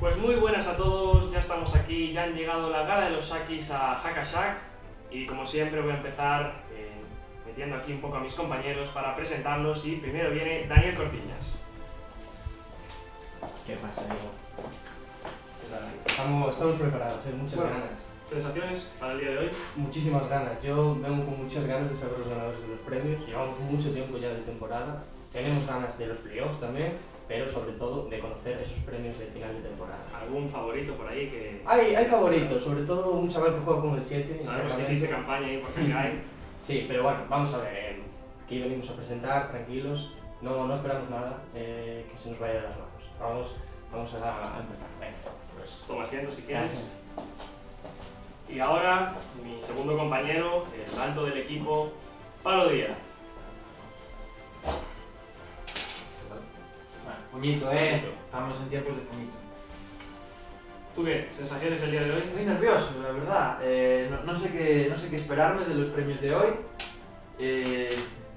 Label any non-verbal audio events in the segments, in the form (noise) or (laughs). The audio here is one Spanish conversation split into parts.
Pues muy buenas a todos, ya estamos aquí, ya han llegado la gala de los Shakis a Hakashak y como siempre voy a empezar eh, metiendo aquí un poco a mis compañeros para presentarlos y primero viene Daniel Cortiñas. ¿Qué pasa, amigo? Estamos, estamos preparados, hay muchas Bueno. ganas. ¿Sensaciones para el día de hoy? Muchísimas ganas. Yo vengo con muchas ganas de saber los ganadores de los premios. Llevamos mucho tiempo ya de temporada. Tenemos ganas de los playoffs también, pero sobre todo de conocer esos premios de final de temporada. ¿Algún favorito por ahí que...? Hay, hay favoritos, sobre todo un chaval que juega con el 7. Sabemos que este hiciste campaña ahí por ¿eh? (laughs) Hackai. Sí, pero bueno, vamos a ver. eh, Aquí venimos a presentar, tranquilos. No, no esperamos nada eh, que se nos vaya de las manos. Vamos, vamos a, a empezar. Venga. Pues toma asiento si quieres. Y ahora, mi segundo compañero, el alto del equipo, Pablo Díaz. Bueno, puñito, eh. Puñito. Estamos en tiempos de puñito. ¿Tú qué? ¿Sensaciones del día de hoy? Estoy nervioso, la verdad. Eh, no, no sé qué, no sé qué esperarme de los premios de hoy. Eh,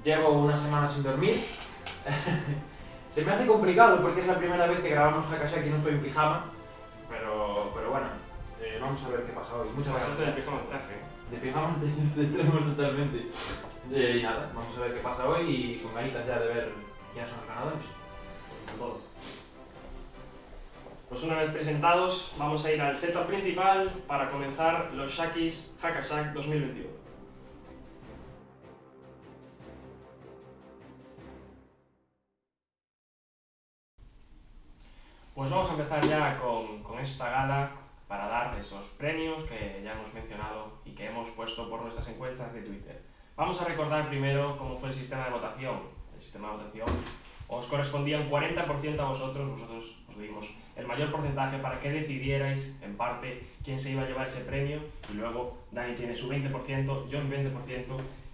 llevo una semana sin dormir. (laughs) Se me hace complicado porque es la primera vez que grabamos Hakashaki y no estoy en pijama. Pero, pero bueno, eh, vamos a ver qué pasa hoy. Muchas gracias. Pasaste del pijama al traje. ¿eh? De pijama (laughs) de extremos totalmente. Eh, y nada, vamos a ver qué pasa hoy y con ganitas ya de ver quiénes son los ganadores. con todo. Pues una vez presentados, vamos a ir al setup principal para comenzar los Shakis Hackashack 2021. Pues vamos a empezar ya con, con esta gala para dar esos premios que ya hemos mencionado y que hemos puesto por nuestras encuestas de Twitter. Vamos a recordar primero cómo fue el sistema de votación. El sistema de votación os correspondía un 40% a vosotros, vosotros os dimos el mayor porcentaje para que decidierais en parte quién se iba a llevar ese premio y luego Dani tiene su 20%, yo mi 20%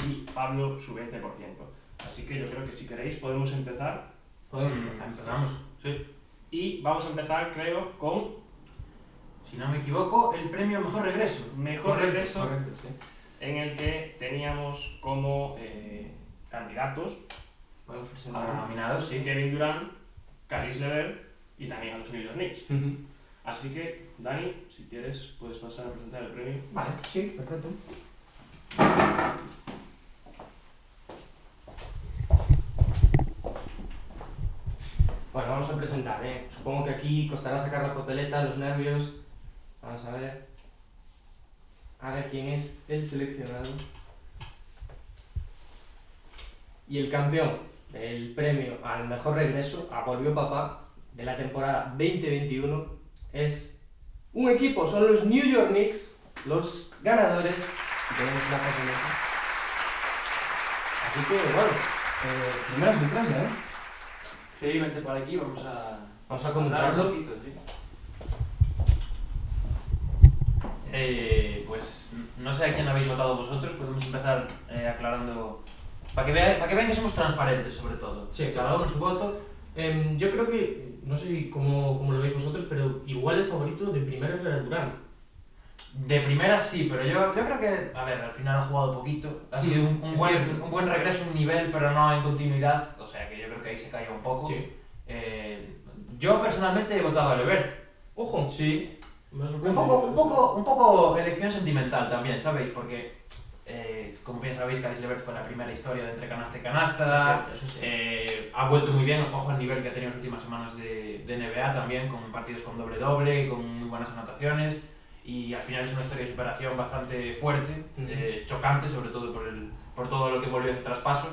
y Pablo su 20%. Así que yo creo que si queréis podemos empezar Podemos pues empezar, Mm, Empezamos, sí. y vamos a empezar creo con Si no me equivoco, el premio Mejor Regreso. Mejor Correcto, regreso. Correcto, sí. en el que teníamos como eh, candidatos Podemos Ah, presentar. nominados, sí, (laughs) sí. Kevin Durant, Caris Lever y también a los New York Knicks. Ujú. Así que Dani, si quieres puedes pasar a presentar el premio. Vale, sí, perfecto. Bueno, vamos a presentar, ¿eh? Supongo que aquí costará sacar la papeleta, los nervios. Vamos a ver. A ver quién es el seleccionado. Y el campeón del premio al mejor regreso a Volvió Papá de la temporada 2021 es un equipo, son los New York Knicks, los ganadores de la Copa. Así que, bueno, eh, primera sorpresa, ¿eh? Sí, vente para aquí, vamos a... Vamos a comentarlo. dar un poquito, sí. Eh, pues no sé a quién habéis votado vosotros, podemos empezar eh, aclarando... Para que, vea- para que vean que somos transparentes, sobre todo. Sí, Cada claro. uno su voto. Em, yo creo que, no sé si cómo, cómo lo veis vosotros, pero igual el favorito de primera es el Durán. De primera sí, pero yo, yo creo que... A ver, al final ha jugado poquito. Ha sido un, un Es buen, cierto. un buen regreso, un nivel, pero no en continuidad. O sea, que yo creo que ahí se cayó un poco. Sí. Eh, yo personalmente he votado a Levert. Ojo, Sí, me sorprende. Un poco, un, poco, un poco elección sentimental también, ¿sabéis? Porque, eh, como bien sabéis, Caris Levert fue la primera historia de entre canasta y canasta. Eso sí. Eh, ha vuelto muy bien, ojo al nivel que ha tenido en las últimas semanas de, de NBA también, con partidos con doble-doble, con muy buenas anotaciones. Y al final es una historia de superación bastante fuerte, Ujú. eh, chocante, sobre todo por, el, por todo lo que volvió ese traspaso.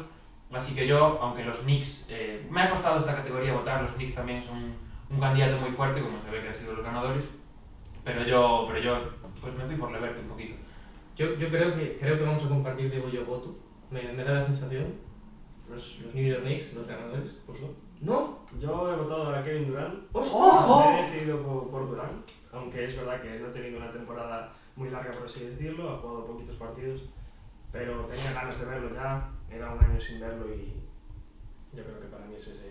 Así que yo, aunque los Knicks, eh, me ha costado esta categoría votar, los Knicks también son un candidato muy fuerte, como se ve que han sido los ganadores. Pero yo, pero yo, pues me fui por Leverte un poquito. Yo, yo creo, que, creo que vamos a compartir de yo voto. Me, me da la sensación. Los, los New York Knicks, los ganadores, pues no. No, Yo he votado a Kevin Durant. ¡Ojo! Me He elegido por, por Durant, aunque es verdad que no he tenido una temporada muy larga, por así decirlo, ha jugado poquitos partidos, pero tenía ganas de verlo ya, era un año sin verlo y yo creo que para mí es ese.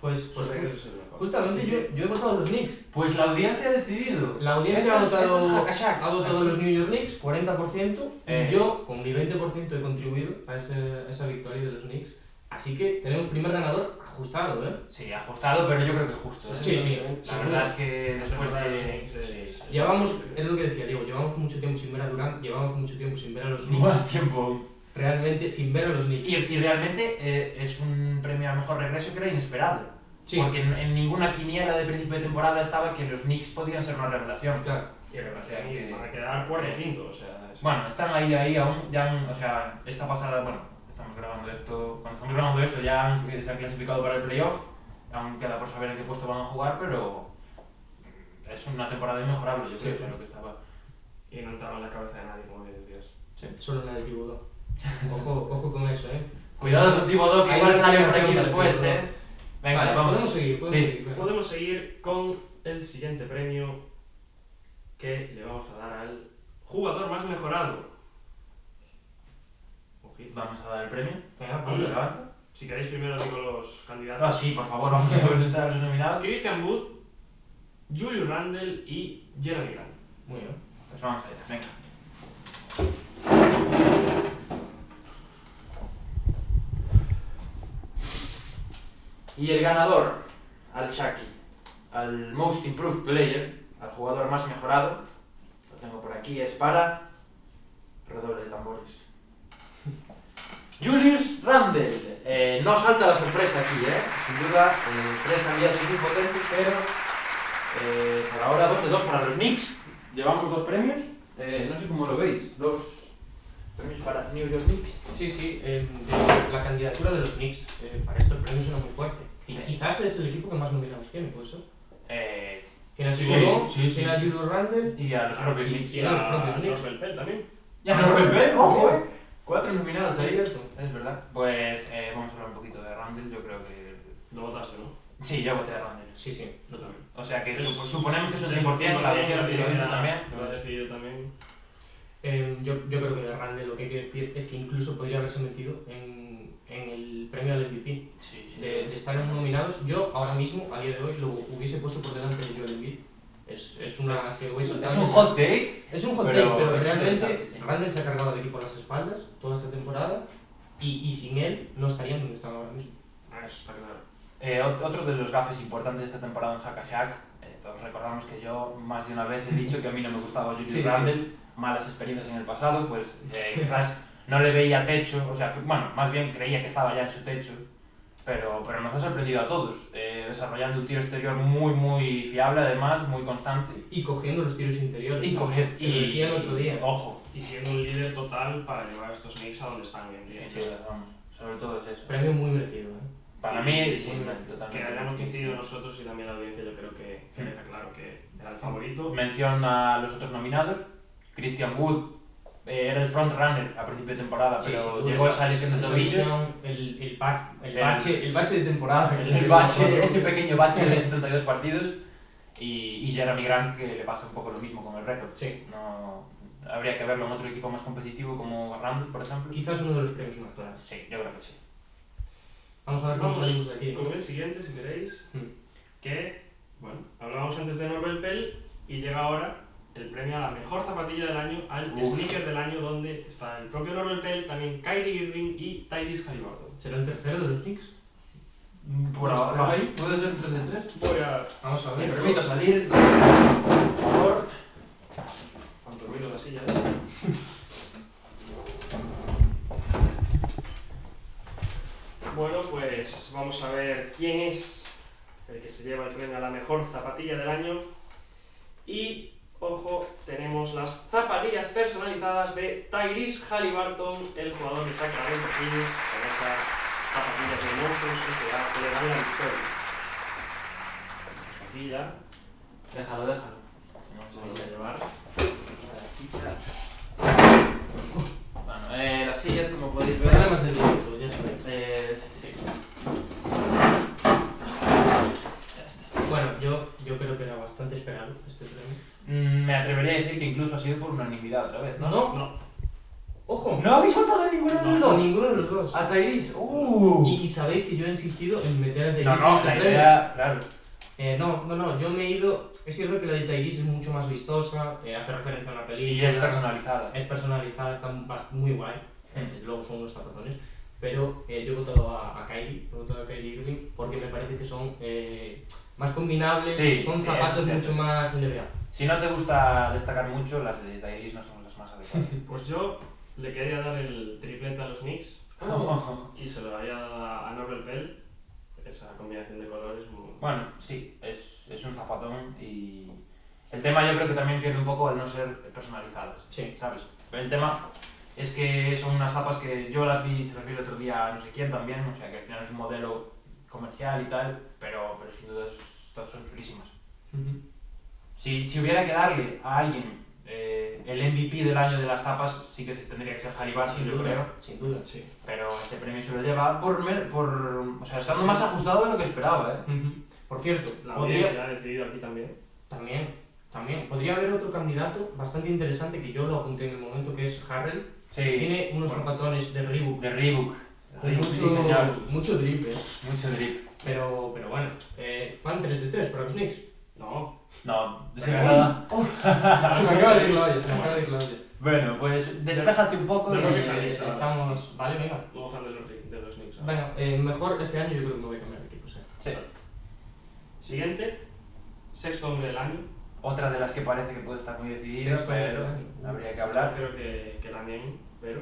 pues, Pues pues creo que es el mejor. justamente yo, yo he votado a los Knicks. Pues la audiencia ha decidido. La audiencia Esto es- ha esto es votado, Hakashak. ha votado a los New York Knicks, 40%, y Eh. yo con mi 20% he contribuido a, ese- a esa victoria de los Knicks. Así que tenemos primer ganador ajustado, ¿eh? Sí, ajustado, pero yo creo que justo. ¿eh? Sí, sí, La sin verdad duda. es que después de. Llevamos, es lo que decía Diego, llevamos mucho tiempo sin ver a Durán, llevamos mucho tiempo sin ver a los Knicks, (laughs) Más tiempo. realmente sin ver a los Knicks. Y, y realmente eh, es un premio a mejor regreso que era inesperado. Sí, Porque en, en ninguna quiniela de principio de temporada estaba que los Knicks podían ser una revelación. claro. O sea, que- Para quedar cuarto y quinto, o sea. es- Bueno, están ahí, ahí aún, ya han, o sea, esta pasada, bueno, estamos grabando esto, cuando estamos grabando esto ya han- eh, se han clasificado para el playoff, aún queda por saber en qué puesto van a jugar, pero mm, es una temporada inmejorable, yo Sí, creo, sí. que lo que estaba. Y no entraba en la cabeza de nadie, como bien decías. Solo en el tiburón. Ojo, ojo con eso, ¿eh? Cuidado contigo, Doc, que Hay igual una sale por aquí explicación para después, ti, ¿eh? Venga, Vale, vamos. Podemos seguir, podemos Sí. seguir. venga. Podemos seguir con el siguiente premio que le vamos a dar al jugador más mejorado. Ojito. Vamos a dar el premio. Venga, Vamos, Pablo, levanta. Si queréis primero digo los candidatos. Ah, sí, por favor, vamos a presentar a los nominados. Christian Wood, Julio Randle y Jeremy Grant. Muy bien. Pues vamos allá, venga. Y el ganador al Shaki, al Most Improved Player, al jugador más mejorado, lo tengo por aquí, es para. Redoble de tambores. (laughs) Julius Randle. Eh, no salta la sorpresa aquí, ¿eh? Sin duda, eh, tres candidatos muy potentes, pero eh, por ahora dos de dos para los Knicks. Llevamos dos premios. Eh, no sé cómo lo veis. Dos premios para New York Knicks. Sí, sí, eh, de hecho, la candidatura de los Knicks eh, para estos premios era muy fuerte. Y Sí. quizás es el equipo que más nominados tiene, ¿puede ser? Eh, Tiene a Sí, Tiburón, sí, sí. tiene a Julius Randle. y a los propios Y Knicks. a los propios Knicks. Los Ah, Beltel también. Ya no volvemos, Ojo, eh. Cuatro nominados de Es ellos. cierto. Es verdad. Pues eh, vamos a hablar un poquito de Randall, yo creo que... Lo votaste, ¿no? Sí, yo voté a Randall. Sí, sí. Yo también. O sea que Es- supo- suponemos que es un 100%, la vez versión de también. Lo he decidido también. Eh, yo, yo creo que de Randle lo que hay que decir es que incluso podría haberse metido en, en el premio al MVP. Sí, sí. De, de estar nominados, yo ahora mismo, a día de hoy, lo hubiese puesto por delante de Joel Embiid. Es, es una Es- que voy es un hot take. Es un hot Pero take, pero es realmente interesante, sí. Randall se ha cargado al equipo a las espaldas toda esta temporada y, y sin él no estarían donde están ahora mismo. Ah, eso está claro. Eh, ot- otro de los gafes importantes de esta temporada en Hackashack. todos recordamos que yo más de una vez he dicho que a mí no me gustaba Julius Sí, sí. Randle. Malas experiencias en el pasado, pues eh, quizás no le veía techo. O sea, que- bueno, más bien creía que estaba ya en su techo. Pero, pero nos ha sorprendido a todos, eh, desarrollando un tiro exterior muy, muy fiable, además, muy constante. Y cogiendo los tiros interiores. Y ¿no? coger. Que Y, lo decía el otro día. Ojo. Y siendo un líder total para llevar a estos Knicks a donde están hoy en día. Sí, vamos. Sobre todo es eso. Premio muy merecido. ¿eh? Para Sí, sí, mí, sí, totalmente. Que hayamos coincidido Sí, sí. nosotros y también la audiencia, yo creo que, que Sí. deja claro que era el favorito. Mención a los otros nominados. Christian Wood eh, era el frontrunner a principio de temporada, Sí, sin Ah, pero duda, llegó esa- esa lesión de esa tobillo. lesión, El, el, ba- el El- bache, el bache de temporada. El (laughs) bache, (laughs) ese pequeño bache de 72 partidos. Y, y Jeremy Grant, que le pasa un poco lo mismo con el récord. Sí. No, habría que verlo en otro equipo más competitivo como Randall, por (laughs) ejemplo. Quizás uno de los premios más claros. Sí, yo creo que sí. Vamos a ver cómo Vamos salimos de aquí. ¿no? con el siguiente, si queréis. Hmm. Que, bueno, hablábamos antes de Norbert Pell y llega ahora el premio a la mejor zapatilla del año, al Uf. sneaker del año, donde está el propio Norbert Pell, también Kyrie Irving y Tyrese Halliburton. ¿Será el tercero de los Knicks? Por ahora, ¿puede ser un 3 de 3? Voy a. Vamos a Me ver. permito salir. Por favor. Cuánto ruido la silla esta. Bueno, pues vamos a ver quién es el que se lleva el premio a la mejor zapatilla del año. Y, ojo, tenemos las zapatillas personalizadas de Tyrese Halliburton, el jugador de Sacramento Kings, con esas zapatillas de monstruos que, se da- que le dan la victoria. Aquí ya, Déjalo, déjalo. se lo voy a llevar. Bueno, eh, Eh, las sillas, como podéis ver. Problemas del equipo, ya sabéis. Eh, sí. Bueno, yo, yo creo que era bastante esperado este premio. mm, me atrevería a decir que incluso ha sido por unanimidad otra vez, ¿no? No, No, ojo. No habéis votado a ninguno de los No, dos. ninguno de los dos. Ah. A Tyrese. Uh. Y, y sabéis que yo he insistido en meter a Tyrese No, en no, este la premio. idea, claro. Eh, no, no, no, yo me he ido... Es cierto que la de Tyrese es mucho más vistosa, eh, hace referencia a una película... Y ya es personalizada. es personalizada, está bast- muy guay. Sí. Desde luego son unos zapatones. pero eh, yo he votado a, a Kyrie, he votado a Kyrie Irving porque me parece que son eh, más combinables, Sí, son sí, eso zapatos es cierto. mucho más NBA. Si no te gusta destacar mucho, las de Tyrese no son las más adecuadas. Pues yo le quería dar el triplete a los Knicks Oh. y se lo había dado a a Norbert Bell. Esa combinación de colores muy... Bueno, sí, es, es un zapatón y el tema yo creo que también pierde un poco al no ser personalizadas, Sí. ¿sabes? El tema es que son unas zapas que yo las vi, se las vi el otro día a no sé quién también, o sea que al final es un modelo comercial y tal, pero, pero sin duda es- todas son chulísimas. Si, si hubiera que darle a alguien eh, el MVP del año de las tapas, sí que se- tendría que ser Haliburton, Sin yo creo. duda, sin duda, sí. Pero este premio se lo lleva por... mer- por o sea, estando más ajustado de lo que esperaba, ¿eh? Por cierto, La podría- audiencia ha decidido aquí también. también, también, podría haber otro candidato bastante interesante que yo lo apunté en el momento, que es Harrell. Sí. Tiene unos Bueno. zapatones de Reebok De Reebok. con Reebok, sí, mucho, señor. mucho drip, eh. Mucho drip. Pero, pero bueno, eh, van 3 de 3 para los Knicks. No, No, desagradable. Se me acaba de ir la olla, se me acaba de ir la olla. Bueno, pues despéjate un poco No, y... no, Eh, que salí, salí. estamos. Vale, venga. no fan de los, de los Knicks. ¿no? Venga, eh, mejor este año yo creo que me voy a cambiar de equipo, sí. Sí. Siguiente, sexto hombre del año. Otra de las que parece que puede estar muy decidida, Sí, pero sí. habría que hablar. Creo que, que también, pero...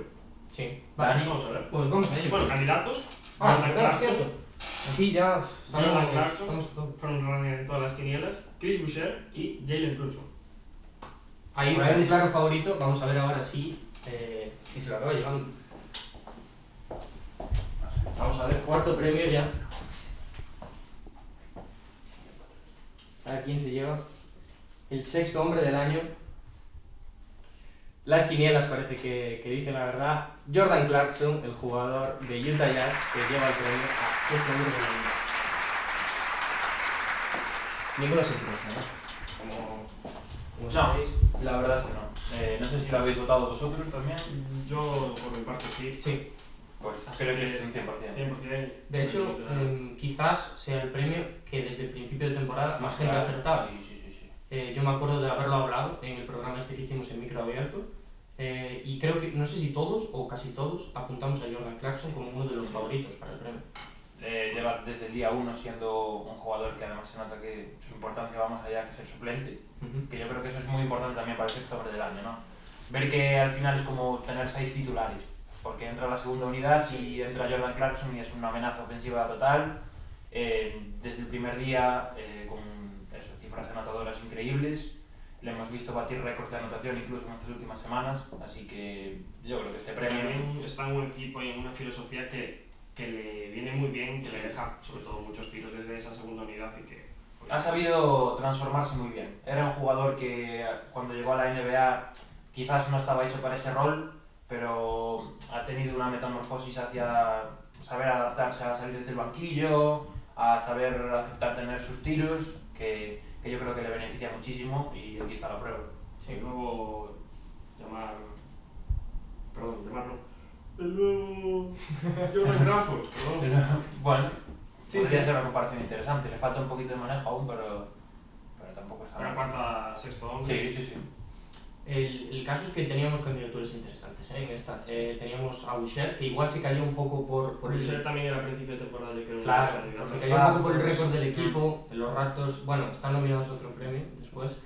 Sí. Dani. Vamos a ver. Pues vamos a ello. Bueno, candidatos. ah, Jordan espera, Clarkson, cierto. Aquí ya uf, estamos, Jordan Clarkson. estamos a tope. frontrunner en todas las quinielas. Chris Boucher y Jalen Brunson. Ahí Vale. hay un claro favorito. Vamos a ver ahora si, eh, si se lo acaba llevando. Vamos a ver, cuarto premio ya. A ver quién se lleva. El sexto hombre del año. Las quinielas parece que, que dicen la verdad. Jordan Clarkson, el jugador de Utah Jazz, que lleva el premio a sexto hombre del año. Ninguna sorpresa, ¿no? Como Como No, sabéis. la verdad es que no. Eh, no sé si lo habéis votado vosotros también. Mm. yo, por mi parte, sí. Sí. Pues Así creo que es que- un 100%. 100%. De hecho, eh, quizás sea el premio que desde el principio de temporada más gente Claro. acertaba. Sí, sí, sí. sí. Eh, yo me acuerdo de haberlo hablado en el programa este que hicimos en micro abierto. eh, y creo que, no sé si todos o casi todos, apuntamos a Jordan Clarkson como uno de los favoritos para el premio. Eh, lleva desde el día 1 siendo un jugador que además se nota que su importancia va más allá que ser suplente. que yo creo que eso es muy importante también para el sexto hombre del año, ¿no? Ver que al final es como tener seis titulares, porque entra la segunda unidad y entra Jordan Clarkson y es una amenaza ofensiva total. Eh, desde el primer día, eh, con eso, cifras anotadoras increíbles, le hemos visto batir récords de anotación incluso en estas últimas semanas, así que yo creo que este premio... También está en un equipo y en una filosofía que, que le viene muy bien, que le deja sobre todo muchos tiros desde esa segunda unidad y que... ha sabido transformarse muy bien. Era un jugador que cuando llegó a la NBA quizás no estaba hecho para ese rol, pero ha tenido una metamorfosis hacia saber adaptarse a salir desde el banquillo, a saber aceptar tener sus tiros, que, que yo creo que le beneficia muchísimo y aquí está (laughs) la prueba. El nuevo... llamar... perdón, (laughs) llamarlo... El nuevo... Jordan Crawford, perdón. bueno, Sí, podría sí. ser una comparación interesante. Le falta un poquito de manejo aún, pero, pero tampoco está Para mal. cuarta, sexto hombre. Sí, sí, sí. El, el caso es que teníamos candidaturas interesantes ¿eh? en esta. Eh, teníamos a Boucher, que igual se cayó un poco por, por Por eso el, también era a principio de temporada, yo creo. Claro, una se candidato. cayó un poco por el ratos. récord del equipo, los ratos. Bueno, están nominados a otro premio después.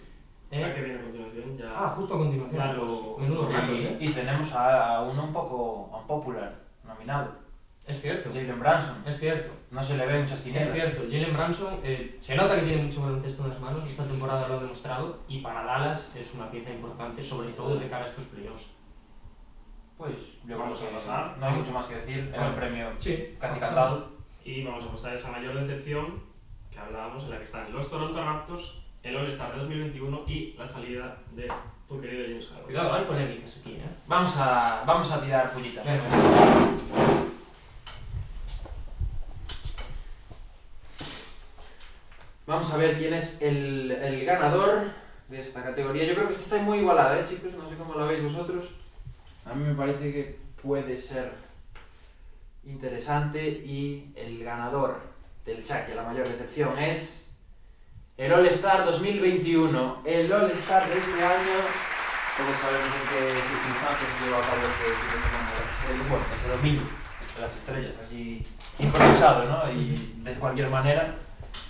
Eh, La que viene a continuación ya... ah, justo a continuación. Ya lo- pues, menudo rato, ¿eh? Y, y tenemos a, a uno un poco unpopular, nominado, Es cierto, Jalen Branson. es cierto. No se le ve muchas Es quinielas. cierto, Jalen Branson eh, se nota que tiene mucho baloncesto en las manos, esta temporada lo ha demostrado, y para Dallas es una pieza importante, sobre todo de cara a estos playoffs. Pues yo Vamos creo a que pasar. no hay mucho más que decir. Era un Vale. premio Sí, casi cantado. Y vamos a pasar a esa mayor decepción que hablábamos, en la que están los Toronto Raptors, el All-Star de 2021 y la salida de tu querido James Harden. Cuidado, hay polémicas aquí, ¿eh? Vamos a, vamos a tirar pullitas. Venga. Vamos a ver quién es el, el ganador de esta categoría. Yo creo que esta está muy igualada, ¿eh, chicos? No sé cómo la veis vosotros. A mí me parece que puede ser interesante y el ganador del saque, la mayor decepción, es el All-Star 2021. El All-Star de este año. Todos sabemos en qué circunstancias se lleva a cabo este fin de semana el deporte, el domingo. de las estrellas, así improvisado, ¿no? Y de cualquier manera,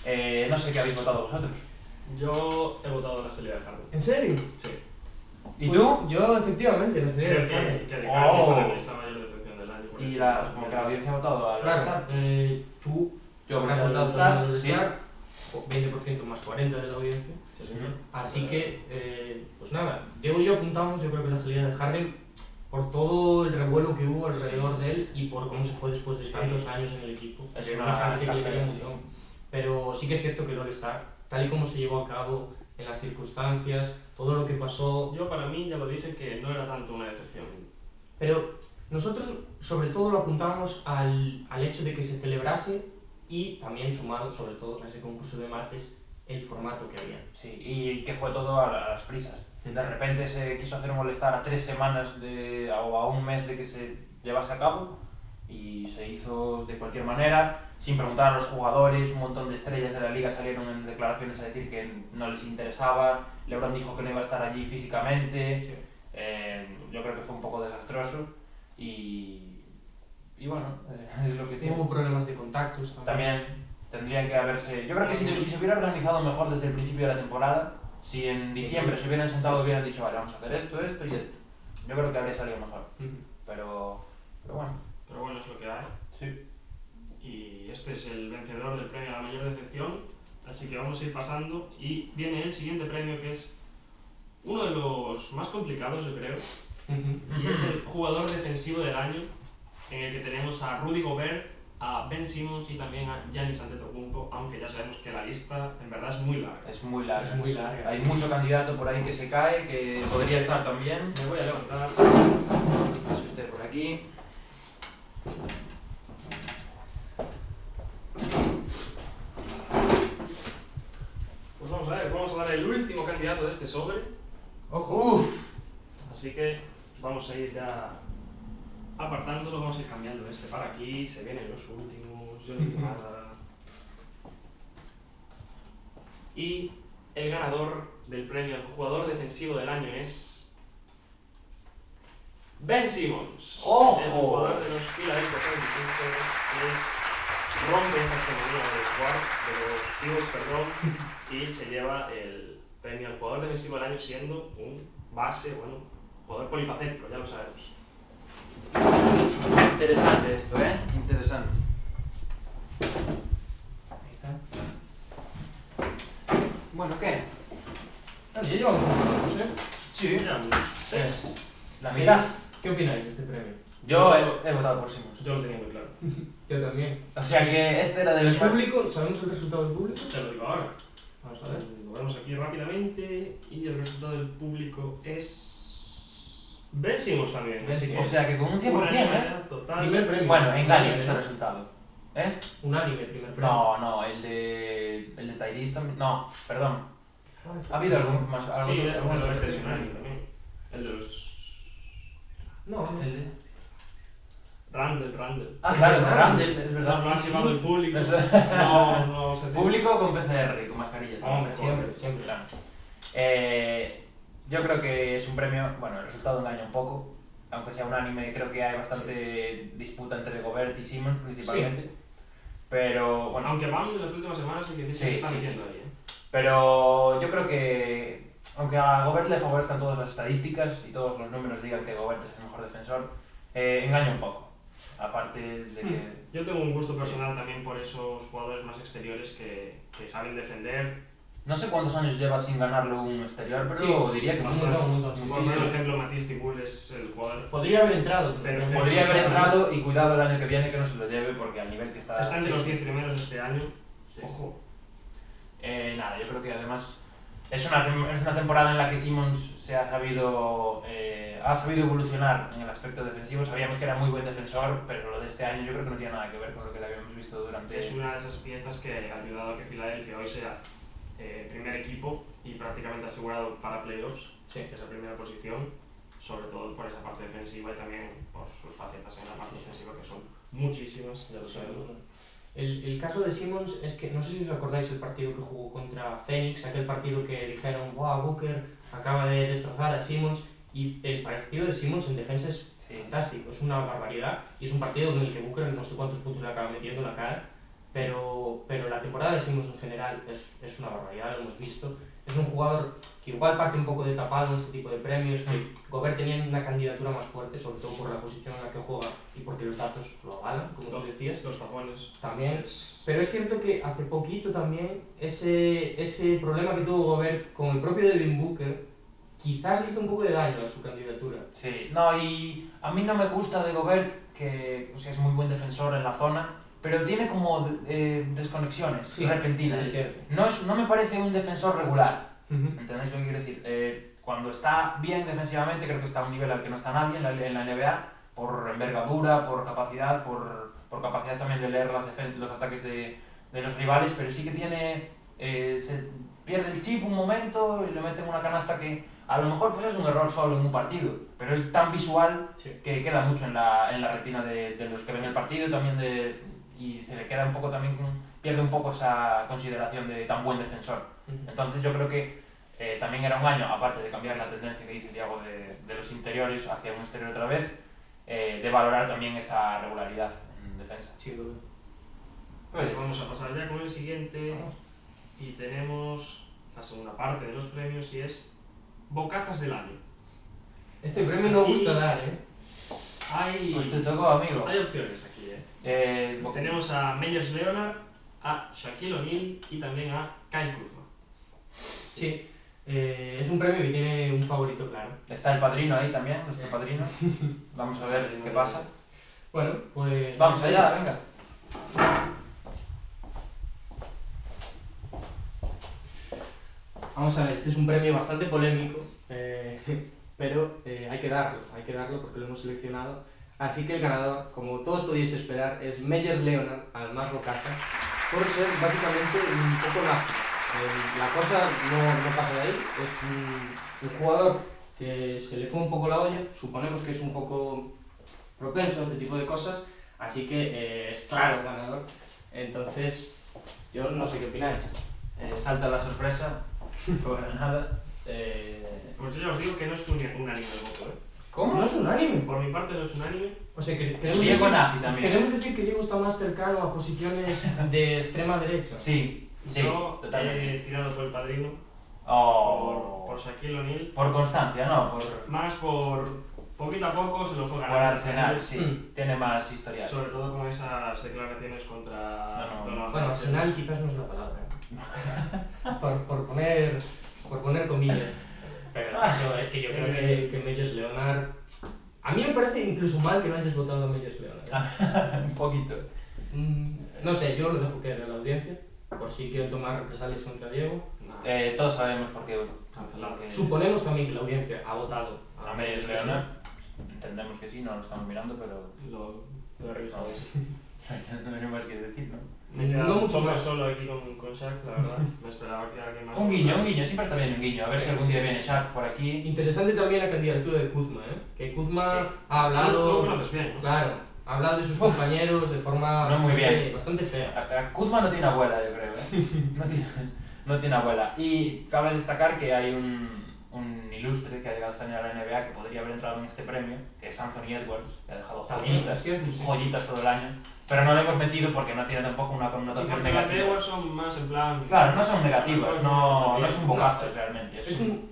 eh, no sé qué habéis votado vosotros. Yo he votado la salida de Harvard. ¿En serio? Pues Sí. ¿Y Pues tú? Yo, efectivamente, la señora Creo de Harvard. que, que de Carmen Oh. para mí es la mayor decepción del año. por Y eso. la, como que la audiencia ha votado a Claro, eh, tú Yo me has has votado votado también al sí. All-Star, o 20% más 40 de la audiencia. Sí, señor. Así que, eh, pues nada, Diego y yo apuntamos, yo creo que la salida de Harden, por todo el revuelo que hubo alrededor de él y por cómo se fue después de tantos años en el equipo. Es Es una, una franquicia que le estafa, quería un sí. montón. Pero sí que es cierto que el All-Star, tal y como se llevó a cabo, en las circunstancias, todo lo que pasó, Yo para mí ya lo dije que no era tanto una decepción. Pero nosotros sobre todo lo apuntamos al, al hecho de que se celebrase y también sumado sobre todo a ese concurso de martes el formato que había. Sí, y que fue todo a la- a las prisas. De repente se quiso hacer molestar a tres semanas de, o a un mes de que se llevase a cabo y se hizo de cualquier manera, sin preguntar a los jugadores, un montón de estrellas de la liga salieron en declaraciones a decir que no les interesaba, Lebron dijo que no iba a estar allí físicamente, Eh, yo creo que fue un poco desastroso y, y bueno, eh, (laughs) es lo que tiene. Hubo problemas de contactos También tendrían que haberse. Yo creo que si, si se hubiera organizado mejor desde el principio de la temporada, si en diciembre se hubieran sentado, hubieran dicho, vale, vamos a hacer esto, esto y esto. Yo creo que habría salido mejor. Ujú. Pero, pero bueno, Pero bueno, es lo que hay. sí. Y este es el vencedor del premio a la mayor decepción. Así que vamos a ir pasando. Y viene el siguiente premio que es uno de los más complicados, yo creo. Ujú. Y es el jugador defensivo del año, en el que tenemos a Rudy Gobert, a Ben Simmons y también a Giannis Antetokounmpo, aunque ya sabemos que la lista en verdad es muy larga. Es muy largo. Es muy larga. Hay mucho candidato por ahí que se cae, que podría estar también. Me voy a levantar. Pase usted por aquí. Pues vamos a ver, vamos a dar el último candidato de este sobre. Ojo. Uf. Así que vamos a ir ya apartándolo, vamos a ir cambiando este para aquí, se vienen los últimos, yo no digo nada. Y el ganador del premio al jugador defensivo del año es. Ben Simmons, ¡Ojo! el jugador de los Philadelphia 76ers, que rompe esa hegemonía de los guards, de los pibos, perdón, y se lleva el premio al jugador defensivo del año siendo un base, bueno, jugador polifacético, ya lo sabemos. Interesante esto, ¿eh? Interesante. Ahí está. Bueno, ¿qué? Bueno, Ah, ya llevamos unos minutos, ¿eh? Sí. pues, Seis. La Seis. mitad. ¿Qué opináis de este premio? Yo he, he votado por Simmons. Yo lo tenía muy claro. Yo también. O sea que este era ¿El del público? ¿Sabemos el resultado del público? Te lo digo ahora. Vamos a A ver, ver. lo vemos aquí rápidamente y el resultado del público es... Ben Simmons también, así que... O sea que con un 100%, ¿eh? unanimidad total. Primer premio. Bueno, engaño Unánime, este ¿no? resultado. ¿Eh? Unánime, primer premio. No, no, el de. El de Tyrese también. No, perdón. ¿Ha habido algún más? algún Sí, otro- el algún de otro los premio? unánime también. El de los... No, El de- Randall, Randall. Ah, claro, el de Randall. Randall, es ¿Verdad? Lo verdad. has llevado el público. Es No, no, se tiene. Público con PCR y con mascarilla. también. Hombre, siempre, siempre. Claro. Eh, yo creo que es un premio. Bueno, el resultado engaña un poco. Aunque sea unánime, creo que hay bastante disputa entre Gobert y Simmons principalmente. Pero bueno, Aunque van en las últimas semanas y que dicen que Sí, están sí, metiendo ahí, ¿eh? Pero yo creo que, aunque a Gobert le favorezcan todas las estadísticas y todos los números digan que Gobert es el mejor defensor, eh, engaña un poco. Aparte de Hmm. que. Yo tengo un gusto personal también por esos jugadores más exteriores que, que saben defender. No sé cuántos años lleva sin ganarlo un exterior, pero Sí, diría que un muchos. montón, un montón, sí, Por sí, sí. ejemplo, ejemplo, Matisse Tibull es el jugador... Podría haber entrado. Pero- Podría haber entrado y cuidado el año que viene que no se lo lleve porque al nivel que está. Está entre Ah, sí, los 10 primeros este año. sí. Ojo. Eh, nada, yo creo que además es una, tem- es una temporada en la que Simmons se ha sabido, eh, ha sabido evolucionar en el aspecto defensivo. Sabíamos que era muy buen defensor, pero lo de este año yo creo que no tiene nada que ver con lo que le habíamos visto durante... Es una de esas piezas que ha ayudado a que Filadelfia hoy sea eh, primer equipo y prácticamente asegurado para playoffs, Sí. esa primera posición, sobre todo por esa parte defensiva y también por sus facetas en la parte defensiva, que son muchísimas, ya lo Sí, sabemos. bueno. El, el caso de Simmons es que no sé si os acordáis el partido que jugó contra Phoenix, aquel partido que dijeron, wow, Booker acaba de destrozar a Simmons. Y el partido de Simmons en defensa es Sí. fantástico, eh, es una barbaridad. Y es un partido en el que Booker no sé cuántos puntos le acaba metiendo en la cara, pero, pero la temporada de Simmons en general es, es una barbaridad, lo hemos visto. Es un jugador que igual parte un poco de tapado en este tipo de premios, que Gobert tenía una candidatura más fuerte, sobre todo por la posición en la que juega y porque los datos lo avalan, como tú decías. Los tapones. Pues, También Es- pero es cierto que hace poquito también ese, ese problema que tuvo Gobert con el propio Devin Booker quizás le hizo un poco de daño a su candidatura. Sí, no, y a mí no me gusta de Gobert, que o sea, es muy buen defensor en la zona, pero tiene como eh, desconexiones Sí, repentinas. sí, es cierto. no, es, no me parece un defensor regular, ¿entendéis lo que quiero decir? Eh, cuando está bien defensivamente, creo que está a un nivel al que no está nadie en la, en la NBA, por envergadura, por capacidad, por, por capacidad también de leer las defen- los ataques de, de los rivales, pero sí que tiene... eh, se pierde el chip un momento y le meten una canasta que a lo mejor pues es un error solo en un partido, pero es tan visual Sí. que queda mucho en la, en la retina de, de los que ven el partido también de, y se le queda un poco también, con- pierde un poco esa consideración de tan buen defensor. Entonces yo creo que eh, también era un año, aparte de cambiar la tendencia que dice Tiago de, de los interiores hacia un exterior otra vez, eh, de valorar también esa regularidad en defensa. Sin duda. Pues vamos a pasar ya con el siguiente. Vamos. Y tenemos la segunda parte de los premios y es Bocazas del año. Este premio no gusta dar, ¿eh? Hay, Pues te tocó, amigo. hay opciones aquí, ¿eh? Eh, bo- Tenemos a Meyers Leonard, a Shaquille O'Neal y también a Kyle Kuzma. Sí. Eh, es un premio que tiene un favorito claro. está el padrino ahí también, nuestro padrino. Vamos a ver qué pasa. Bueno, pues... Vamos allá, venga. Vamos a ver, este es un premio bastante polémico, eh, (laughs) pero eh, hay que darlo, hay que darlo porque lo hemos seleccionado. Así que el ganador, como todos podíais esperar, es Meyers Leonard, al más bocaza, por ser básicamente un poco la, eh, la cosa no, no pasa de ahí, es un, un jugador que se le fue un poco la olla, suponemos que es un poco propenso a este tipo de cosas, así que eh, es claro ganador. Entonces, yo no sé qué opináis. Eh, salta la sorpresa, para nada. Eh, Pues yo ya os digo que no es un, un anime el voto, ¿eh? ¿Cómo? es un anime? Por mi parte no es un anime. O sea, que queremos, Diego decir, Nazi también. queremos decir que Diego está más cercano a posiciones de extrema derecha. Sí, sí, yo totalmente. he tirado por el padrino, Oh, por, por Shaquille O'Neal, por constancia, ¿no? Por, más por poquito a poco se lo fue por ganando. Arsenal, sí. Mm. Tiene más historial. Sobre todo con esas declaraciones contra No, Donald no, Bueno, Trump. Arsenal quizás no es la palabra. (laughs) Por, por poner, por poner comillas. Pero eso es que yo creo que, que Meyers Leonard. A mí me parece incluso mal que no hayas votado a Meyers Leonard. (laughs) Un poquito. Mm, No sé, yo lo dejo que a la audiencia. Por si quieren tomar represalias contra Diego. Nah. Eh, todos sabemos por qué. Cancelado. Eh. porque- Suponemos también que la audiencia ha votado A Meyers Leona. Entendemos que sí, no lo estamos mirando, pero. Lo, lo he revisado. eso. (laughs) no hay más que decir, ¿no? Me he quedado No un mucho poco más. solo aquí con, con Shaq, la verdad. (laughs) Me esperaba que alguien más. Un guiño, un guiño, siempre está bien un guiño. A ver si algún día viene Shaq por aquí. Interesante también la candidatura de Kuzma, ¿eh? Que Kuzma Sí. ha Tú- tú hablado. lo conoces bien, ¿no? Claro, ha hablado de sus compañeros de forma No muy bien. bastante- bastante fea. A- a Kuzma no tiene abuela, yo creo, (laughs) ¿eh? No tiene, no tiene abuela. Y cabe destacar que hay un, un ilustre que ha llegado este año a la NBA que podría haber entrado en este premio, que es Anthony Edwards, que ha dejado También, joyitas, es cierto, sí. joyitas todo el año. Pero no lo hemos metido porque no tiene tampoco una Y connotación porque las de negativa. Edwards son más en plan. Claro, no son negativas, no, no es un bocazo realmente. Es un.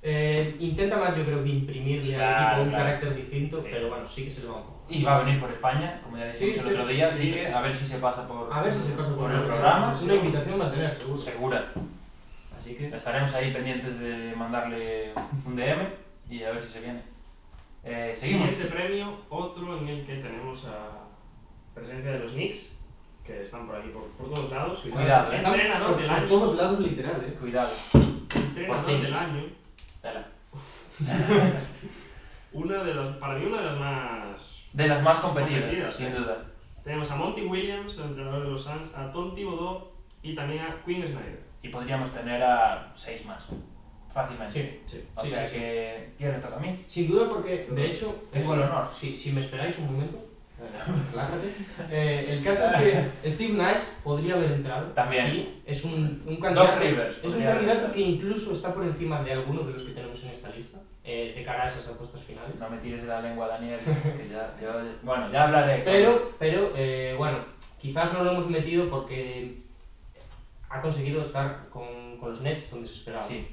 eh, intenta más, yo creo, que imprimirle al Claro, equipo un claro. carácter distinto, Sí. pero bueno, sí que se lo va un poco. Y va a venir por España, como ya decimos Sí, el sí, otro día, así sí. que a ver si se pasa por, A ver si se pasa por, el programa. Una invitación va a tener, seguro. Segura. Así que. Estaremos ahí pendientes de mandarle un DM y a ver si se viene. Eh, seguimos. Siguiente premio, otro en el que tenemos a presencia de los Knicks, que están por aquí por, por todos lados. Cuidado, ¿eh? Entrenador del Por año. todos lados, literal, ¿eh? Cuidado. Entrenador Por fin. del año. Dale. Una de las, para mí, una de las más. De las más competidas, Competidas, sin eh. duda. Tenemos a Monty Williams, el entrenador de los Suns, a Tom Thibodeau y también a Quinn Snyder. Y podríamos tener a seis más. Fácilmente. Sí, Sí. O sí, sea sí, sí. que. ¿Quién me toca a mí? Sin duda, porque de hecho. Tengo el honor. Si, si me esperáis un momento, Relájate. Eh, el caso es que Steve Nash podría haber entrado. También. aquí. Es un, un Doc candidato. Rivers. Es un podría haber candidato entrado. que incluso está por encima de alguno de los que tenemos en esta lista, eh, de cara a esas apuestas finales. No me tires de la lengua, Daniel. Que ya, yo- bueno, ya hablaré. Pero, pero eh, bueno, quizás no lo hemos metido porque ha conseguido estar con, con los Nets donde se esperaba. Sí,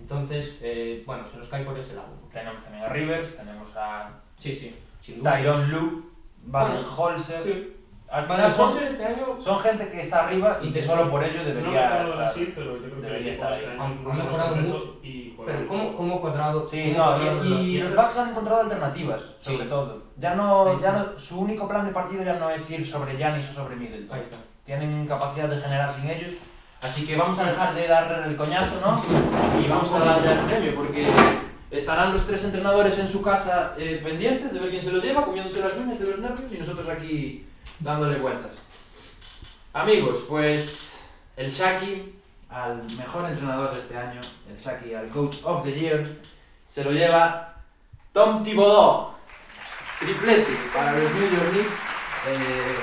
Entonces, eh, bueno, se nos cae por ese lado. tenemos también a Rivers, tenemos a Sí, sí, sin duda. Tyron Lu, Van Bueno, Holzer. Sí. Al final Van son, Holzer este año son gente que está arriba y que solo por ello No debería lo estar. así, pero yo creo que Debería el equipo estar este ahí. año es mucho Ha más mejorado completo mucho. Y juega Pero mucho ¿cómo, mejor. cómo cuadrado? Sí, cómo no, cuadrado de y, y los piezas? Bucks han encontrado alternativas, Sí. sobre todo. Ya no, Ahí ya está. no- su único plan de partido ya no es ir sobre Giannis o sobre Middleton. Ahí está. Tienen capacidad de generar sin ellos, así que vamos a dejar de dar el coñazo, ¿no? Y vamos a dar ya el premio porque estarán los tres entrenadores en su casa eh, pendientes de ver quién se lo lleva, comiéndose las uñas de los nervios y nosotros aquí dándole vueltas. Amigos, pues el Shaki al mejor entrenador de este año, el Shaki al Coach of the Year, se lo lleva Tom Thibodeau. Triplete para los New York Knicks. eh,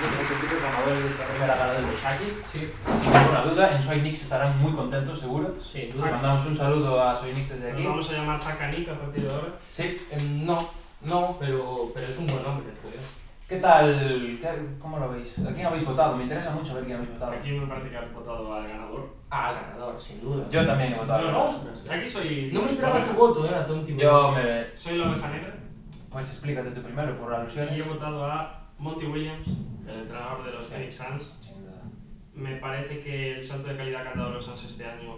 los auténticos ganadores de esta primera gala del Los Shaq. Shakis, sin ninguna duda, en Soy Knicks estarán muy contentos, seguro. Sí, Le mandamos un saludo a Soy Knicks desde Nos aquí. vamos a llamar Zacanica a partir de ahora. Sí. Eh, no, no, pero, pero es un buen hombre, en realidad. ¿Qué tal? ¿Qué- ¿Cómo lo veis? ¿A quién habéis votado? Me interesa mucho ver quién habéis votado. Aquí me parece que has votado al ganador. Ah, el ganador, sin duda. Yo también he votado. Yo no. Aquí soy. no me esperaba la tu oveja- voto, eh, era Tom Thibodeau. Yo me... Soy la oveja negra. Pues explícate tú primero, por alusiones. Y he votado a Monty Williams, el entrenador de los Phoenix Suns. Sin duda. Me parece que el salto de calidad que han dado los Suns este año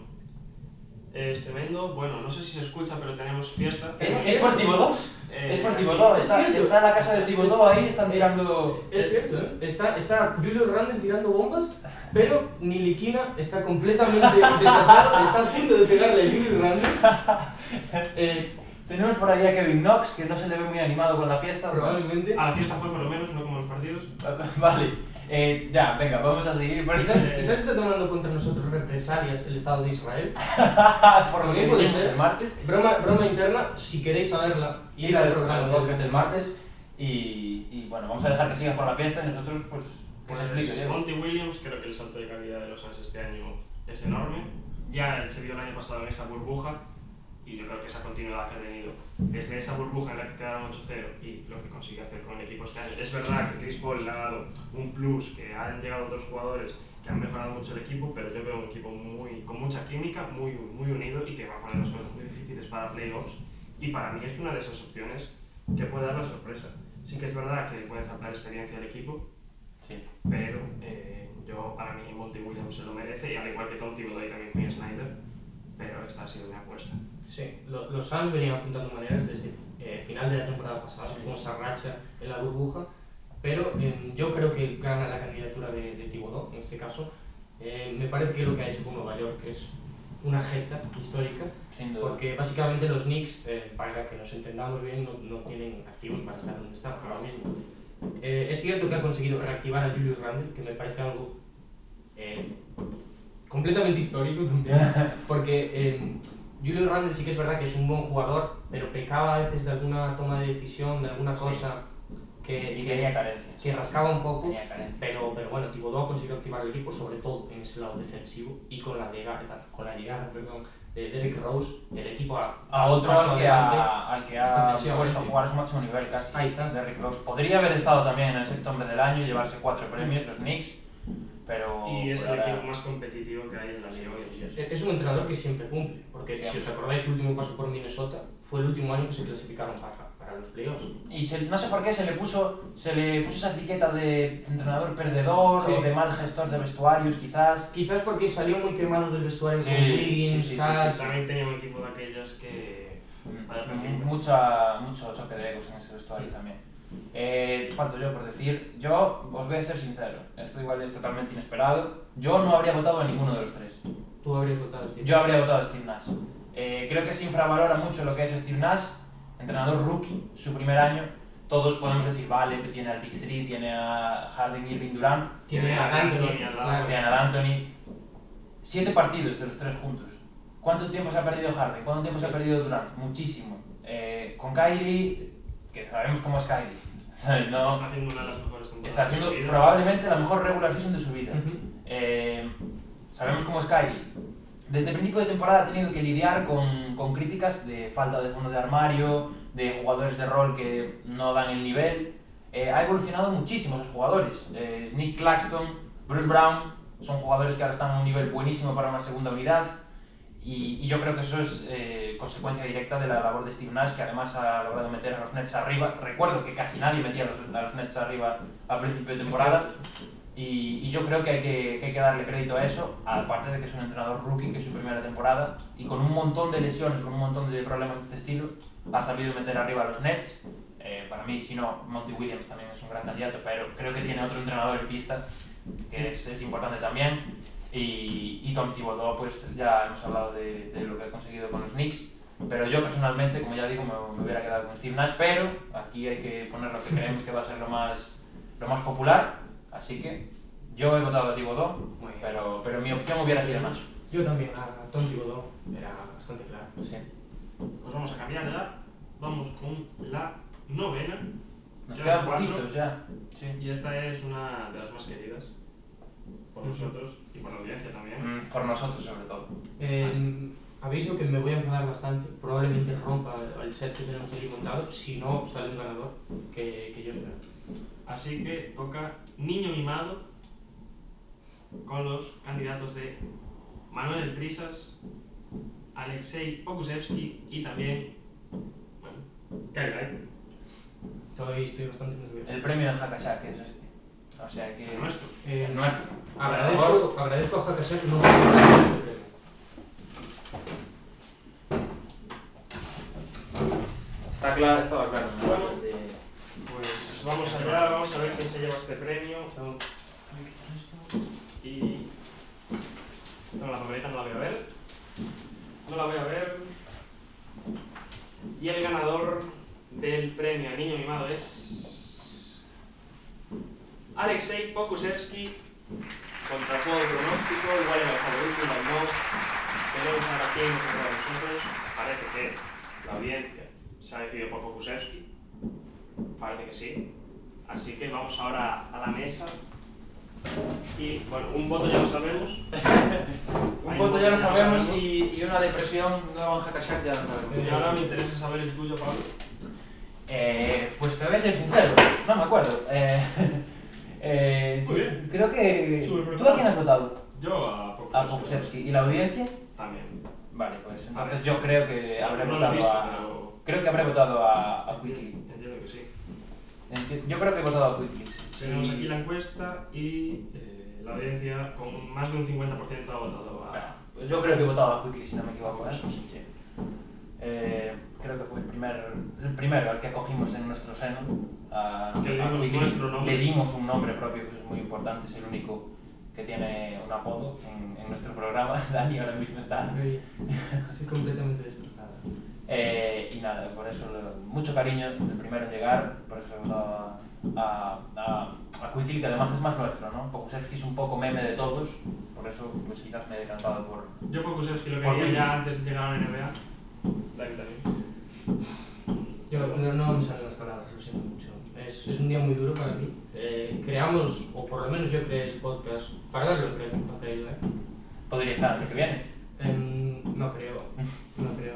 es tremendo. Bueno, no sé si se escucha, pero tenemos fiesta. ¿Es, es por Tibodó? Eh, Es por Tibodó. Está, cierto. está en la casa de Tibodó ahí, están tirando... Es cierto, ¿eh? Está, está Julio Randle tirando bombas, pero Niliquina está (laughs) completamente desatado, está a punto de pegarle a Julio Randle. Eh, Tenemos por ahí a Kevin Knox, que no se le ve muy animado con la fiesta. probablemente. A Ah, la fiesta fue por lo menos, no como los partidos. Vale. Eh, ya, venga, vamos a seguir. Por, Quizás, quizás está tomando contra nosotros represalias el Estado de Israel. (laughs) por lo que También puede dijimos ser. el martes. Broma, broma interna, si queréis saberla, Y ir al programa. al podcast del martes. Y, y bueno, vamos a dejar que sigan con la fiesta y nosotros, pues, pues explico. Pues Diego. Monty Williams, creo que el salto de calidad de los Suns este año es enorme. Ya se vio el año pasado en esa burbuja y yo creo que esa continuidad que ha tenido desde esa burbuja en la que quedaron 8-0 y lo que consigue hacer con el equipo este año. Es verdad que Chris Paul le ha dado un plus, que han llegado otros jugadores que han mejorado mucho el equipo, pero yo veo un equipo muy, con mucha química, muy, muy unido y que va a poner las cosas muy difíciles para playoffs y para mí es una de esas opciones que puede dar la sorpresa. Sí que es verdad que puede faltar experiencia al equipo, Sí. pero eh, yo para mí Monty Williams se lo merece y al igual que Tom Thibodeau y también Quinn Snyder, pero esta ha sido mi apuesta. Sí, lo- los Suns venían apuntando maneras desde eh, final de la temporada pasada, Sí. con esa racha en la burbuja, pero eh, yo creo que gana la candidatura de, de Thibodeau, en este caso. Eh, me parece que lo que ha hecho con Nueva York es una gesta histórica, Sin duda. porque básicamente los Knicks, eh, para que nos entendamos bien, no, no tienen activos para estar donde están ahora mismo. Eh, es cierto que ha conseguido reactivar a Julius Randle, que me parece algo eh, completamente histórico (laughs) también. Porque eh, Julio Randle sí que es verdad que es un buen jugador, pero pecaba a veces de alguna toma de decisión, de alguna Sí. cosa que, Y que- tenía carencias. que rascaba un poco. Tenía carencias. Pero, pero bueno, Thibodeau consiguió activar el equipo, sobre todo en ese lado defensivo, y con la llegada, con la llegada perdón, de Derrick Rose, del equipo a, a otro paso al que adelante. ha, al que ha Ofensivamente. puesto a jugar a su máximo nivel casi. Ahí está. Derrick Rose. Podría haber estado también en el sexto hombre del año, llevarse cuatro premios, los Knicks, pero... y es por el ahora- equipo más competitivo que hay en la liga hoy. en día. E-, Es- Es un entrenador que siempre cumple, porque Siempre. si os acordáis, su último paso por Minnesota fue el último año que se clasificaron para, para los playoffs. Y se- no sé por qué se le puso se le puso esa etiqueta de entrenador perdedor Sí. o de mal gestor de vestuarios, quizás. Quizás porque salió muy quemado del vestuario Sí, con Wiggins, sí, sí, sí, Hart, sí, También tenía un equipo de aquellos que... Vale, perfecto. Mucha, mucho choque de egos en ese vestuario también. Eh, falto yo por decir, yo os voy a ser sincero, esto igual es totalmente inesperado, yo no habría votado a ninguno de los tres. Tú habrías votado a Steve. Yo habría votado a Steve Nash. Eh, creo que se infravalora mucho lo que ha hecho Steve Nash, entrenador rookie, su primer año. Todos podemos decir, vale, tiene al Big Three, tiene a Harden, Irving, Durant, Tiene a Tiene a Anthony, Anthony al lado. claro. tiene a Anthony. Siete partidos de los tres juntos. ¿Cuánto tiempo se ha perdido Harden? ¿Cuánto tiempo se ha perdido Durant? Muchísimo. Eh, con Kyrie, (laughs) que sabemos cómo es Kyrie, ¿Sabes? No, Está haciendo una de las mejores temporadas. Está de su haciendo vida. probablemente la mejor regular season de su vida. Ujú. Eh, sabemos cómo es Kylie. Desde el principio de temporada ha tenido que lidiar con, con críticas de falta de fondo de armario, de jugadores de rol que no dan el nivel. Eh, ha evolucionado muchísimo esos jugadores. Eh, Nick Claxton, Bruce Brown, son jugadores que ahora están a un nivel buenísimo para una segunda unidad. Y, y yo creo que eso es eh, consecuencia directa de la labor de Steve Nash, que además ha logrado meter a los Nets arriba. Recuerdo que casi nadie metía a los, a los Nets arriba a principio de temporada. Y, y yo creo que hay que, que hay que darle crédito a eso, aparte de que es un entrenador rookie, que es su primera temporada, y con un montón de lesiones, con un montón de problemas de este estilo, ha sabido meter arriba a los Nets. Eh, para mí, si no, Monty Williams también es un gran candidato, pero creo que tiene otro entrenador en pista, que es, es importante también. Y, y Tom Thibodeau, pues ya hemos hablado de, de lo que ha conseguido con los Knicks. Pero yo personalmente, como ya digo, me, me hubiera quedado con Steve Nash, pero aquí hay que poner lo que creemos que va a ser lo más, lo más popular. Así que yo he votado a Thibodeau, Muy bien. pero, pero mi opción hubiera sido Nash. Yo también, a Tom Thibodeau, era bastante claro. Sí. Pues vamos a cambiar de edad. Vamos con la novena. Nos Ya quedan cuatro. poquitos ya. Sí. Y esta es una de las más queridas por nosotros y por la audiencia también. Mm, Por nosotros sobre todo. Eh, aviso que me voy a enfadar bastante, probablemente rompa el set que tenemos aquí montado, si no sale un ganador, que, que yo espero. Así que toca Niño Mimado con los candidatos de Manuel Prisas, Alexei Pokusevsky y también, bueno, Kyle Guy, Estoy, estoy bastante nervioso. El premio de Hakashak es este. O sea que... el nuestro. Eh, El nuestro. agradezco, agradezco a Hakasek no presentar este premio. Está claro, estaba claro. ¿no? Bueno. De- Pues vamos allá, vamos a ver quién se lleva este premio. Y. No, la favorita no la voy a ver. No la voy a ver. Y el ganador del premio al niño mimado es. Alexei Pokusevsky. Contra todo pronóstico, igual era el favorito, igual no. Tenemos ahora quién contra nosotros. Parece que la audiencia se ha decidido por Pokusevsky. Parece que sí. Así que vamos ahora a la mesa. Y bueno, un voto ya lo (laughs) sabemos. Un voto ya lo sabemos y, y una depresión nueva en Hakashak ya lo sabemos. Y ahora me interesa saber el tuyo, Pablo. Eh, pues te voy a ser sincero, no me acuerdo. Eh, (laughs) eh, Muy bien. Creo que... Súper preparado. ¿Tú a quién has votado? Yo a Pokusevsky. A Pokusevski. ¿Y la audiencia? También. Vale, pues A entonces ver. yo creo que habré No lo he votado visto, a... pero- Creo que habré votado a, a Quickly. Entiendo que sí. Enti- Yo creo que he votado a Quickly. Tenemos Y- aquí la encuesta y eh, la audiencia con más de un 50% ha votado Bueno, a. pues yo creo que he votado a Quickly, si no me equivoco. ¿eh? Así que, eh, creo que fue el, primer, el primero al que acogimos en nuestro seno. a- Que le a dimos Quigley. nuestro nombre. Le dimos un nombre propio, que eso es muy importante, es el único que tiene un apodo en, en nuestro programa. (laughs) Dani ahora mismo está. Estoy, (laughs) estoy completamente destrozada. Eh, y nada, por eso lo- mucho cariño, el primero en llegar, por eso he votado a, a, a, a Quickly, que además es más nuestro, ¿no? Pokusevski es un poco meme de todos, por eso pues quizás me he decantado por, Yo Pokusevski lo Por quería mí. ya antes de llegar a la NBA. Dani también. Yo no, no me salen las palabras, lo siento mucho. Es, es un día muy duro para mí. Eh, creamos, o por lo menos yo creé el podcast, para darle un premio a Kyle, ¿eh? Podría estar el año que viene. Em, no creo, no creo.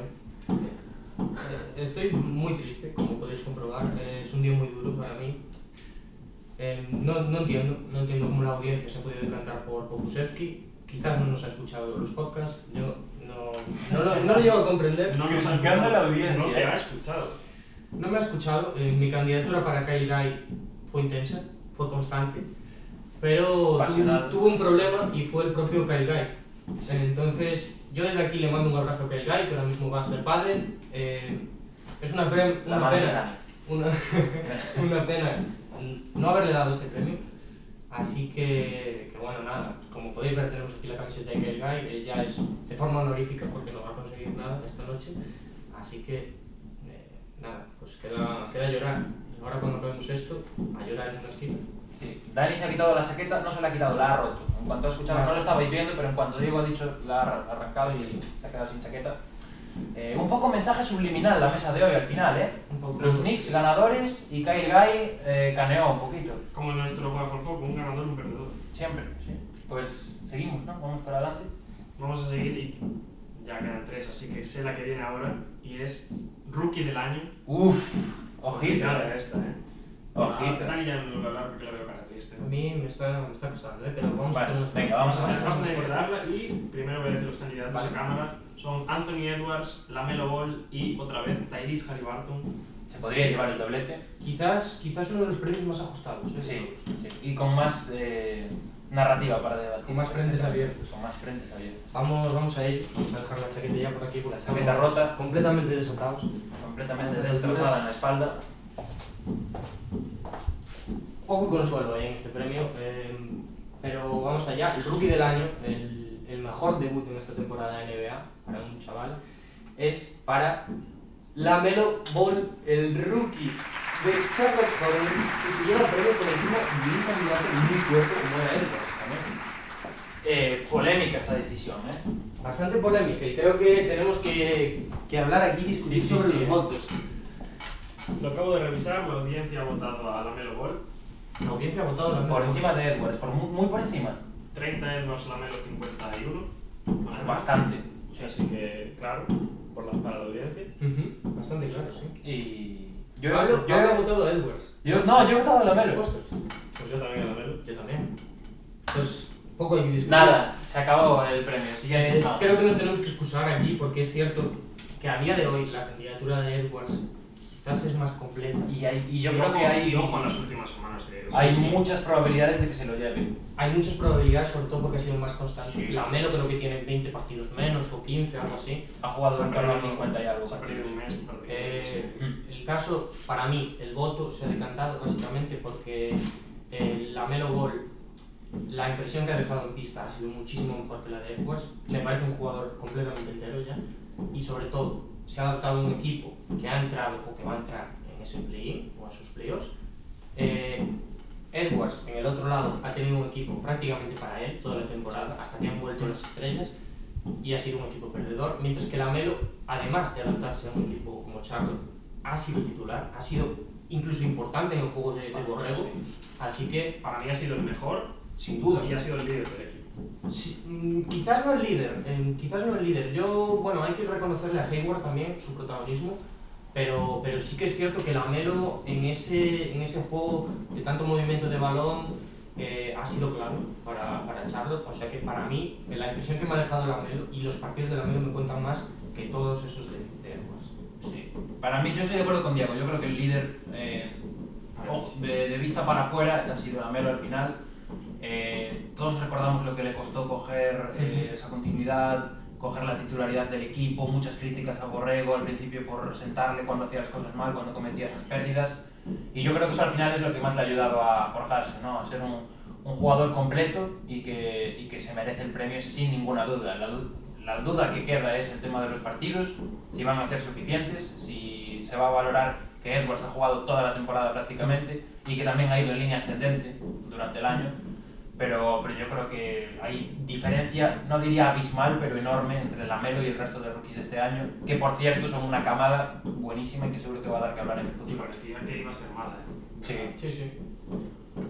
Eh, Estoy muy triste, como podéis comprobar. eh, Es un día muy duro para mí. Em, no, no entiendo, no entiendo cómo la audiencia se ha podido decantar por Pokusevski. Quizás no nos ha escuchado los podcasts. Yo no, no, lo, no lo llego a comprender. No nos ha Criticando escuchado. la audiencia, No te eh. ha escuchado. No me ha escuchado. eh, mi candidatura para Kyle Guy fue intensa, fue constante, pero tuvo, Apasionado. tuvo un problema y fue el propio Kyle Guy. Entonces, yo desde aquí le mando un abrazo a Kyle Guy, que ahora mismo va a ser padre. eh, es una, pre- La una madre de Dani. pena, una, (laughs) una pena no haberle dado este premio. Así que, que bueno, nada, como podéis ver tenemos aquí la camiseta de Kyle Guy, eh, ya es de forma honorífica porque no va a conseguir nada esta noche. Así que, eh, nada, pues queda, queda llorar. Ahora cuando acabemos esto, a llorar en una esquina. Sí. Dani se ha quitado la chaqueta, no se la ha quitado, la ha roto. En Ah. cuanto ha escuchado, no lo estabais viendo, pero en cuanto Diego ha dicho, la ha arrancado y se ha quedado sin chaqueta. Eh, Un poco mensaje subliminal la mesa de hoy al final, ¿eh? un poco- Los Knicks ganadores y Kyle Guy eh, caneó un poquito. Como en nuestro juego por foco, un ganador y un perdedor. Siempre, sí. Pues seguimos, ¿no? Vamos para adelante. Vamos a seguir y ya quedan tres, así que sé la que viene ahora y es Rookie del Año. Uf, Cuidado ojito, de esta, ¿eh? ojito. A Dani ya no lo voy a hablar porque la veo cara triste. A mí me está, me está costando, ¿eh? pero vamos a Vale, hacer unos- venga, vamos a hacer Vamos a tener que darla y primero voy a decir los candidatos a cámara. Son Anthony Edwards, Lamelo Ball y otra vez Tyrese Halliburton. Se podría llevar el doblete. Quizás, quizás uno de los premios más ajustados. ¿eh? Sí, sí. Y con más eh, narrativa para debatir. Con más frentes abiertos. Con más frentes abiertos. Vamos, vamos a ello. Vamos a dejar la chaqueta ya por aquí, por la Chaqueta chaqueta. rota, Completamente desoprados. completamente destrozada en la espalda. Poco consuelo eh, en este premio, eh, pero vamos allá. El rookie del año, el, el mejor debut en esta temporada de NBA para un chaval, es para Lamelo Ball, el rookie de Charlotte Hornets, que se lleva el premio por encima de un candidato muy fuerte como era Edwards también. Eh, polémica esta decisión, ¿eh? Bastante polémica y creo que tenemos que, que hablar aquí y discutir Sí, sí, sobre sí, los eh. votos. Lo acabo de revisar, la audiencia ha votado a Lamelo Ball. la audiencia ha votado la Por encima de Edwards, por muy, muy por encima. 30 Edwards, Lamelo 51. Pues O sea, bastante. Así que, claro, por la, para la audiencia. Ujú, Bastante claro, sí. Y. Yo, Pablo, yo he votado a Edwards. yo- no, yo he votado a Lamelo. Ostras. Pues yo también a Lamelo. Yo también. Pues poco hay que discutir. Nada, se acabó el premio. Eh, Siguiente. Ah. creo que nos tenemos que excusar aquí porque es cierto que a día de hoy la candidatura de Edwards quizás es más completa. Y, hay- y yo Y creo ojo- que hay, y ojo en las últimas semanas de. hay Sí, sí. muchas probabilidades de que se lo lleve. Hay muchas probabilidades, sobre todo porque ha sido más constante. Sí, la sí, Melo sí. creo que tiene 20 partidos menos o 15, algo así. Ha jugado Se ha en torno a perdido- 50 y algo. Se ha perdido un mes, pero Eh, sí. Mm. el caso, para mí, el voto se ha decantado básicamente porque eh, la Melo Ball, la impresión que ha dejado en pista ha sido muchísimo mejor que la de Edwards. Me parece un jugador completamente entero ya. Y sobre todo, se ha adaptado a un equipo que ha entrado o que va a entrar en ese play-in o a sus playoffs. Eh, Edwards, en el otro lado, ha tenido un equipo prácticamente para él toda la temporada, hasta que han vuelto las estrellas y ha sido un equipo perdedor, mientras que Lamelo, además de adaptarse a un equipo como Charlotte, ha sido titular, ha sido incluso importante en el juego de, de Borrego, así que, Para mí ha sido el mejor sin duda, y ha sido el líder del equipo. Sí, mm, quizás no es líder, eh, quizás no es líder. Yo, bueno, hay que reconocerle a Hayward también su protagonismo, pero, pero sí que es cierto que Lamelo en ese, en ese juego de tanto movimiento de balón eh, ha sido claro para, para Charlotte. O sea que para mí, eh, la impresión que me ha dejado Lamelo y los partidos de Lamelo me cuentan más que todos esos de, de Edwards. Sí. Para mí, yo estoy de acuerdo con Diego. Yo creo que el líder eh, ojo, de, de vista para afuera ha sido Lamelo al final. Eh, todos recordamos lo que le costó coger eh, esa continuidad, coger la titularidad del equipo, muchas críticas a Borrego al principio por sentarle cuando hacía las cosas mal, cuando cometía esas pérdidas. Y yo creo que eso al final es lo que más le ha ayudado a forjarse, ¿no? a ser un, un jugador completo y que, y que se merece el premio sin ninguna duda. La, du- la duda que queda es el tema de los partidos, si van a ser suficientes, si se va a valorar que Edwards ha jugado toda la temporada prácticamente y que también ha ido en línea ascendente durante el año. Pero, pero yo creo que hay diferencia, no diría abismal, pero enorme entre Lamelo y el resto de rookies de este año, que por cierto son una camada buenísima y que seguro que va a dar que hablar en el Y futuro. parecía que iba a ser mala, ¿eh? Sí. Sí, sí.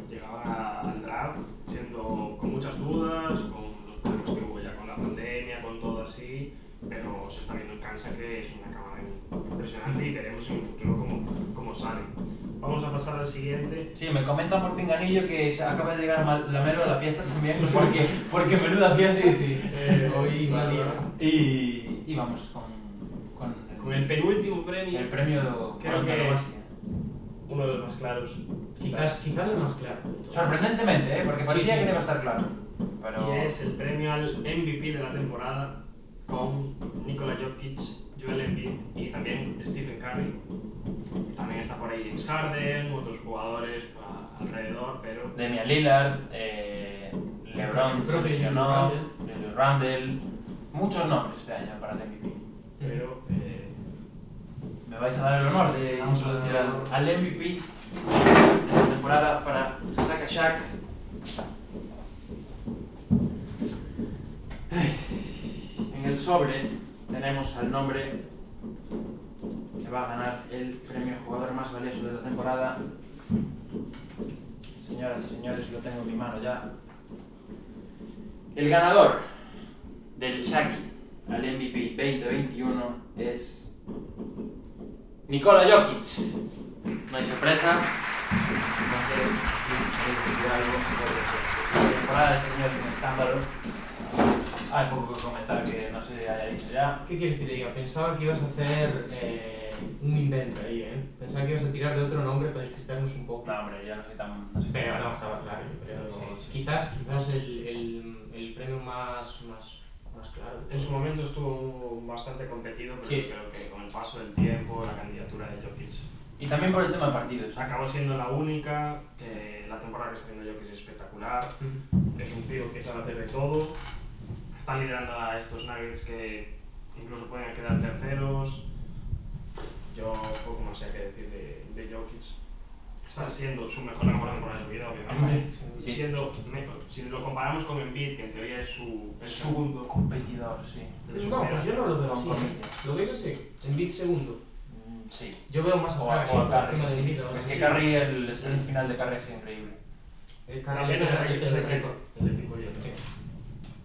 Llegaba al draft siendo con muchas dudas, con los problemas que hubo ya con la pandemia, con todo así, pero se está viendo en Kansas que es una cámara impresionante y veremos en el futuro cómo, cómo sale. Vamos a pasar al siguiente. Sí, me comentan por pinganillo que se acaba de llegar Mal- Lamelo a la fiesta (laughs) también, porque, porque menuda fiesta. Sí, sí. Eh, (laughs) Hoy bueno, nadie. Y, y vamos con, con, Con el penúltimo premio, el premio Creo por que- antonomasia. uno de los más claros. Quizás, quizás es más claro. Sorprendentemente, ¿eh? porque Sí, parecía sí. que no iba a estar claro. Pero... Y es el premio al MVP de la temporada con Nikola Jokic, Joel Embiid y también Stephen Curry. También está por ahí James Harden, otros jugadores a- alrededor, pero Damian Lillard, eh, LeBron, Creo se que lesionó, Julius Julius Randle, muchos nombres este año para el MVP. pero eh, Me vais a dar el honor de Vamos a introducir dar- al, al MVP de esta temporada para Saka Shaq. En el sobre, tenemos al nombre que va a ganar el premio jugador más valioso de la temporada. Señoras y señores, lo tengo en mi mano ya. El ganador del Shaki al MVP 2021 es Nikola Jokic. No hay sorpresa. No sé si queréis decir algo sobre la temporada de este señor es un escándalo. Hay poco que comentar que no se haya dicho ya. ¿Qué quieres que te diga? Pensaba que ibas a hacer eh, un invento ahí, ¿eh? Pensaba que ibas a tirar de otro nombre para despistarnos un poco. No, hombre, ya no soy tan. No soy Pero tan- no, estaba claro, yo creo. Sí, sí. Quizás, quizás el, el, el premio más, más, más claro. En su momento estuvo bastante competido, pero Sí. creo que con el paso del tiempo la candidatura de Jokic Y también por el tema de partidos. acabó siendo la única. eh, la temporada que está haciendo Jokic es espectacular. Mm. Es un tío que sabe hacer de todo. Está liderando a estos Nuggets que incluso pueden quedar terceros. Yo poco más sé qué decir de, de Jokic. Está siendo su mejor mejor temporada de su vida, obviamente. Sí. Siendo, me- si lo comparamos con Embiid, que en teoría es su es su- Segundo competidor, sí. es su No, pues yo primera- no lo veo Con así. comillas. ¿Lo veis así? En bit segundo. Mm, Sí. Yo veo más a O a, Curry o a por encima de Curry. Embiid ahora Es que mismo. Curry, el sprint final de Curry es increíble. Eh, Ah, Curry el- es el- el- es el récord. el de Pico y otro. Sí.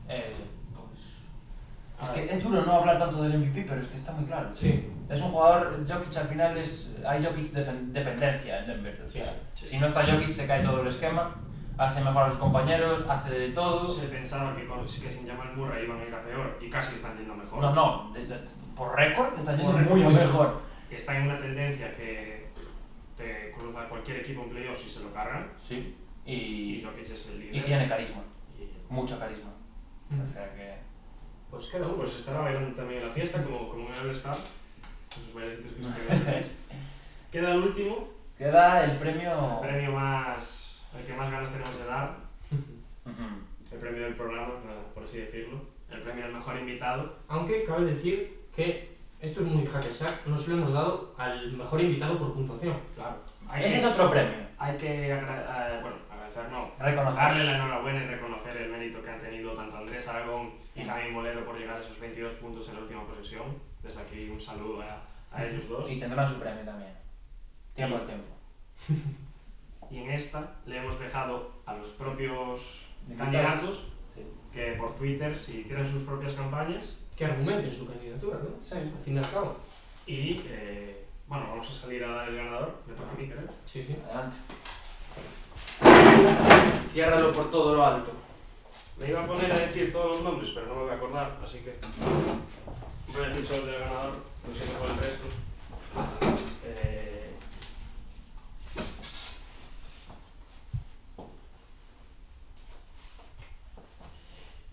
Eh, pues... Es que es duro no hablar tanto del MVP, pero es que está muy claro. Sí. Es un jugador, Jokic al final es. Hay Jokic defen- dependencia en Denver. o sea, Sí. Si no está Jokic, se cae todo el esquema, hace mejor a sus compañeros, hace de todo. Se pensaba que, con, que sin llamar Murray iban a ir a peor y casi están yendo mejor. No, no, de- de- por récord está yendo Por mucho récord. mejor. Están en una tendencia que te cruza cualquier equipo en playoffs y se lo cargan. Sí. Y Y, Jokic es el líder. y tiene carisma, Y- mucho carisma. Mm. O sea que. Pues cada uno. Pues estará bailando también en la fiesta, como, como en el Star. Esos bailantes que se (laughs) pegan. Queda el último, Queda el premio. el premio más. el que más ganas tenemos de dar, Ujú. el premio del programa, eh, por así decirlo. El premio al mejor invitado. Aunque cabe decir que esto es muy hack and sack, no se lo hemos dado al mejor invitado por puntuación. Claro. Hay Ese que, es otro premio. hay que agra- eh, bueno, agradecer, no, Reconocer. darle la enhorabuena y reconocer el mérito que han tenido tanto Andrés Aragón y Javi Molero por llegar a esos 22 puntos en la última posesión. Desde aquí un saludo a, a ellos dos. Y tendrán su premio también. Tiempo al tiempo. Y en esta le hemos dejado a los propios Invitados. candidatos Sí. que por Twitter si hicieran sus propias campañas Que argumenten su candidatura, ¿no? Al fin y al cabo. y eh, bueno, vamos a salir a dar el ganador. Me toca a mí, creo. Sí, sí. Adelante. Ciérralo por todo lo alto. Me iba a poner a decir todos los nombres, pero no me voy a acordar, así que voy a decir solo el del ganador, no sé por el resto. Eh,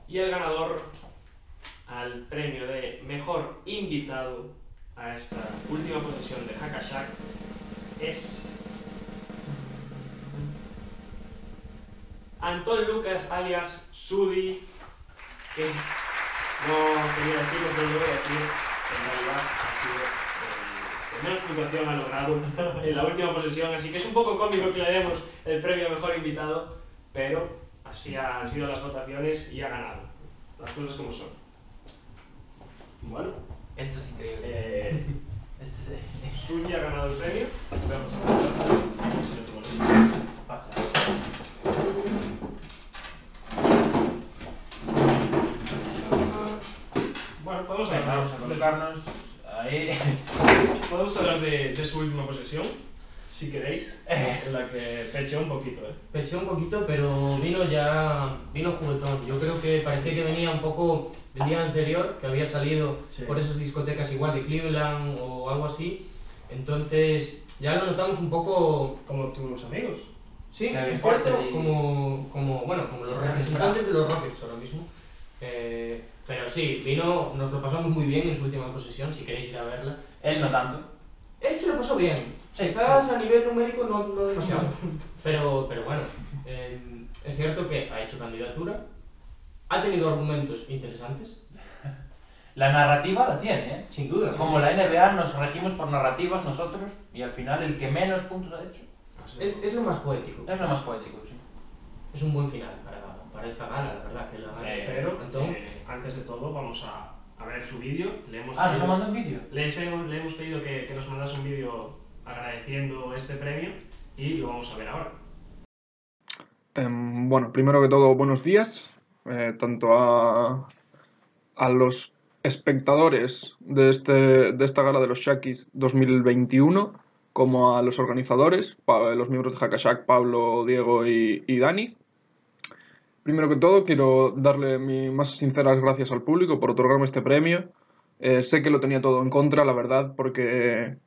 Y el ganador al premio de mejor invitado a esta última posesión de Hakashak es Antón Lucas alias Sudi, que no quería decirlo, pero lo voy a decir. En realidad ha sido eh, el que menos puntuación ha logrado en la última posesión, así que es un poco cómico que le demos el premio a mejor invitado, pero así han sido las votaciones y ha ganado. Las cosas como son. Bueno, Esto es increíble. eh, Esto es. Sudi ha ganado el premio. Vamos a ver si lo tomo. Pasa. Bueno, podemos Venga, hablar, vamos a colocarnos. Ahí. (laughs) podemos hablar de, de su última posesión, si queréis, Eh. en la que pecheó un poquito, ¿eh? Peché un poquito, pero vino ya, vino juguetón. Yo creo que parecía que venía un poco del día anterior, que había salido Sí. por esas discotecas igual de Cleveland o algo así. Entonces ya lo notamos un poco, Como tus amigos. sí, Claro, en es parte parte de- como, como, bueno, como los Está representantes de los Rockets ahora mismo. Eh, pero sí, vino, nos lo pasamos muy bien en su última posesión, si queréis ir a verla. Él no tanto. Él se lo pasó bien. Sí, Quizás a nivel numérico no, no demasiado. (laughs) pero, pero bueno, eh, es cierto que ha hecho candidatura, ha tenido argumentos interesantes, La narrativa la tiene, ¿eh? sin duda. Como la NBA nos regimos por narrativas nosotros y al final el que menos puntos ha hecho Es, es lo más poético. es lo más ¿eh? poético. Sí. Es un buen final para, para esta gala, la verdad, que la gala. Eh, Pero Antón. eh, antes de todo vamos a, a ver su vídeo. Le hemos Ah, nos ha pedido- mandado un vídeo. les hemos, le hemos pedido que, que nos mandase un vídeo agradeciendo este premio y lo vamos a ver ahora. Em, bueno, primero que todo, buenos días, eh, tanto a, a los espectadores de, este, de esta gala de los Shakis 2021, como a los organizadores, pa- los miembros de Hakashak, Pablo, Diego y, y Dani. Primero que todo, quiero darle mis más sinceras gracias al público por otorgarme este premio. Eh, sé que lo tenía todo en contra, la verdad, porque...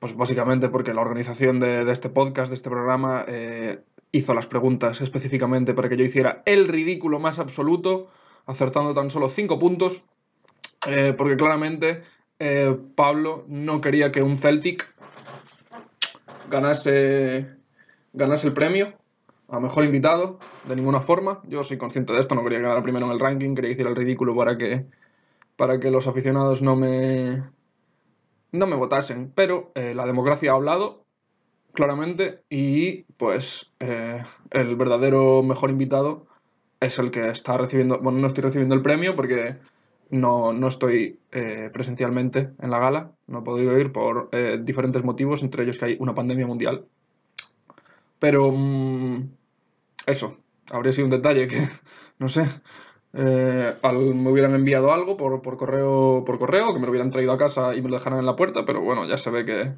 Pues básicamente porque la organización de, de este podcast, de este programa, eh, hizo las preguntas específicamente para que yo hiciera el ridículo más absoluto, acertando tan solo 5 puntos, eh, porque claramente eh, Pablo no quería que un Celtic ganase, ganase el premio a mejor invitado, de ninguna forma. Yo soy consciente de esto, no quería quedar primero en el ranking, quería decir el ridículo para que, para que los aficionados no me, no me votasen, pero eh, la democracia ha hablado claramente, y pues eh, el verdadero mejor invitado es el que está recibiendo, bueno, no estoy recibiendo el premio porque no, no estoy eh, presencialmente en la gala, no he podido ir por eh, diferentes motivos, entre ellos que hay una pandemia mundial. Pero mm, eso, habría sido un detalle que, (laughs) no sé, eh, al- me hubieran enviado algo por, por correo, por correo, que me lo hubieran traído a casa y me lo dejaran en la puerta, pero bueno, ya se ve que,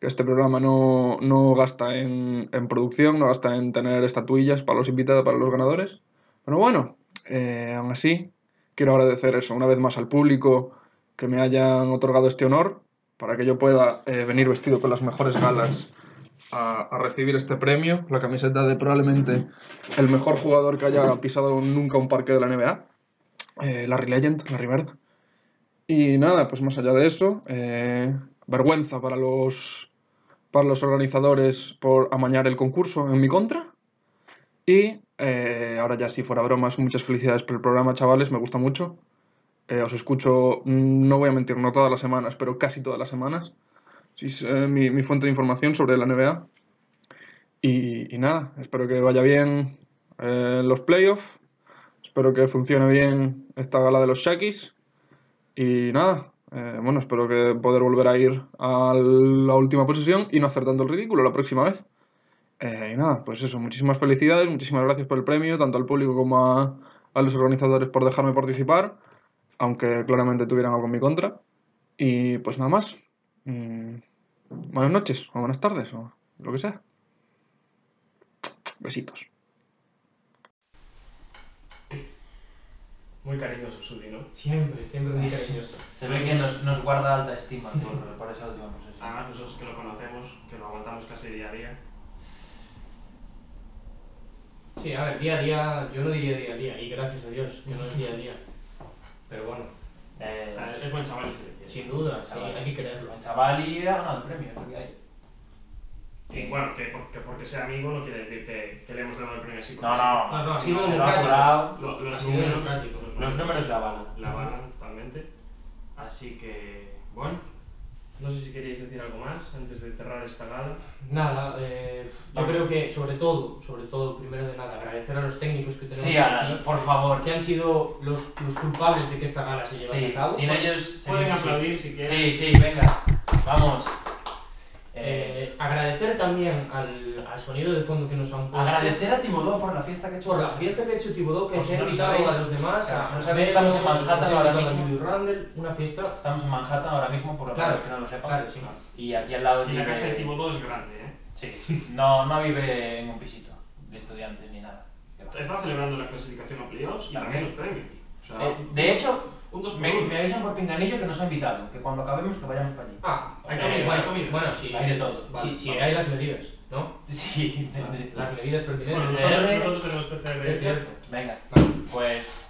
que este programa no, no gasta en, en producción, no gasta en tener estatuillas para los invitados, para los ganadores. Pero bueno, eh, aún así, quiero agradecer eso una vez más al público que me hayan otorgado este honor para que yo pueda eh, venir vestido con las mejores galas a, a recibir este premio, la camiseta de probablemente el mejor jugador que haya pisado nunca un parque de la NBA, eh, Larry Legend, Larry Bird. Y nada, pues más allá de eso, eh, vergüenza para los, para los organizadores por amañar el concurso en mi contra. Y eh, ahora ya si fuera bromas, muchas felicidades por el programa, chavales, me gusta mucho. Eh, os escucho, mm, no voy a mentir, no todas las semanas, pero casi todas las semanas. Sí, es eh, mi, mi fuente de información sobre la NBA. Y, y nada, espero que vaya bien eh, los playoffs. Espero que funcione bien esta gala de los Shakis. Y nada, eh, bueno, espero que poder volver a ir a la última posesión y no hacer tanto el ridículo la próxima vez. Eh, y nada, pues eso, muchísimas felicidades, muchísimas gracias por el premio, tanto al público como a, a los organizadores por dejarme participar, aunque claramente tuvieran algo en mi contra. Y pues nada más. Mm, buenas noches, o buenas tardes, o lo que sea. Besitos. Muy cariñoso, Sudi, ¿no? Siempre, siempre muy cariñoso. Se ve que nos, nos guarda alta estima por, por esa última posesión. Además, nosotros que lo conocemos, que lo aguantamos casi día a día. Sí, a ver, día a día, yo no diría día a día, y gracias a Dios, que no es día a día. Pero bueno, Eh, Ah, Es buen chaval ese que sin duda, sí, Chaval. hay que quererlo. el chaval y ha ganado el premio, es lo que hay. Y bueno, que, por- que porque sea amigo no quiere decir que, que le hemos dado el premio así. porque No, sí. no, No, no, ha se sido lo ha democrático. curado. Lo- Ha los, sido números, democrático. Los números la avalan. la avalan totalmente. Así que, bueno, no sé si queréis decir algo más antes de cerrar esta gala. Nada, eh, yo Vamos. creo que sobre todo, sobre todo, primero de nada, agradecer a los técnicos que tenemos Sí, aquí, Alan, por favor. que han sido los, los culpables de que esta gala se llevase Sí, a cabo. sin ellos Pueden sería imposible. aplaudir si quieren. Sí, sí, venga. Vamos. Eh, Eh, agradecer también al, al sonido de fondo que nos han puesto. agradecer a Timodó por la fiesta que ha hecho. por la fiesta que ha hecho Tibodó, que Por si se ha no lo invitado sabéis, a los demás. claro, a si no sabéis, estamos en Manhattan nos ha ahora invitado a mismo. Judy Randall, una fiesta. Estamos en Manhattan ahora mismo, por lo Claro, menos que no lo sepan. claro, sí. Y aquí al lado Y la vive- casa de tipo 2 es grande, ¿eh? Sí, no, no vive en un pisito de estudiantes ni nada. Que va. Está celebrando la clasificación a playoffs y también los premios. O sea, Eh, de hecho, ah, un dos por me, uno. me avisan por pinganillo que nos ha invitado, que cuando acabemos que vayamos para allí. (laughs) Ah, Hay sí, comida, bueno, hay comida. Bueno, sí, Hay de todo. sí, Vale, sí, vamos. hay las medidas, ¿no? Sí, de- de- Las medidas Bueno, nosotros, pertinentes. PCR. nosotros tenemos este PCR. Ah, Es cierto. Venga, pues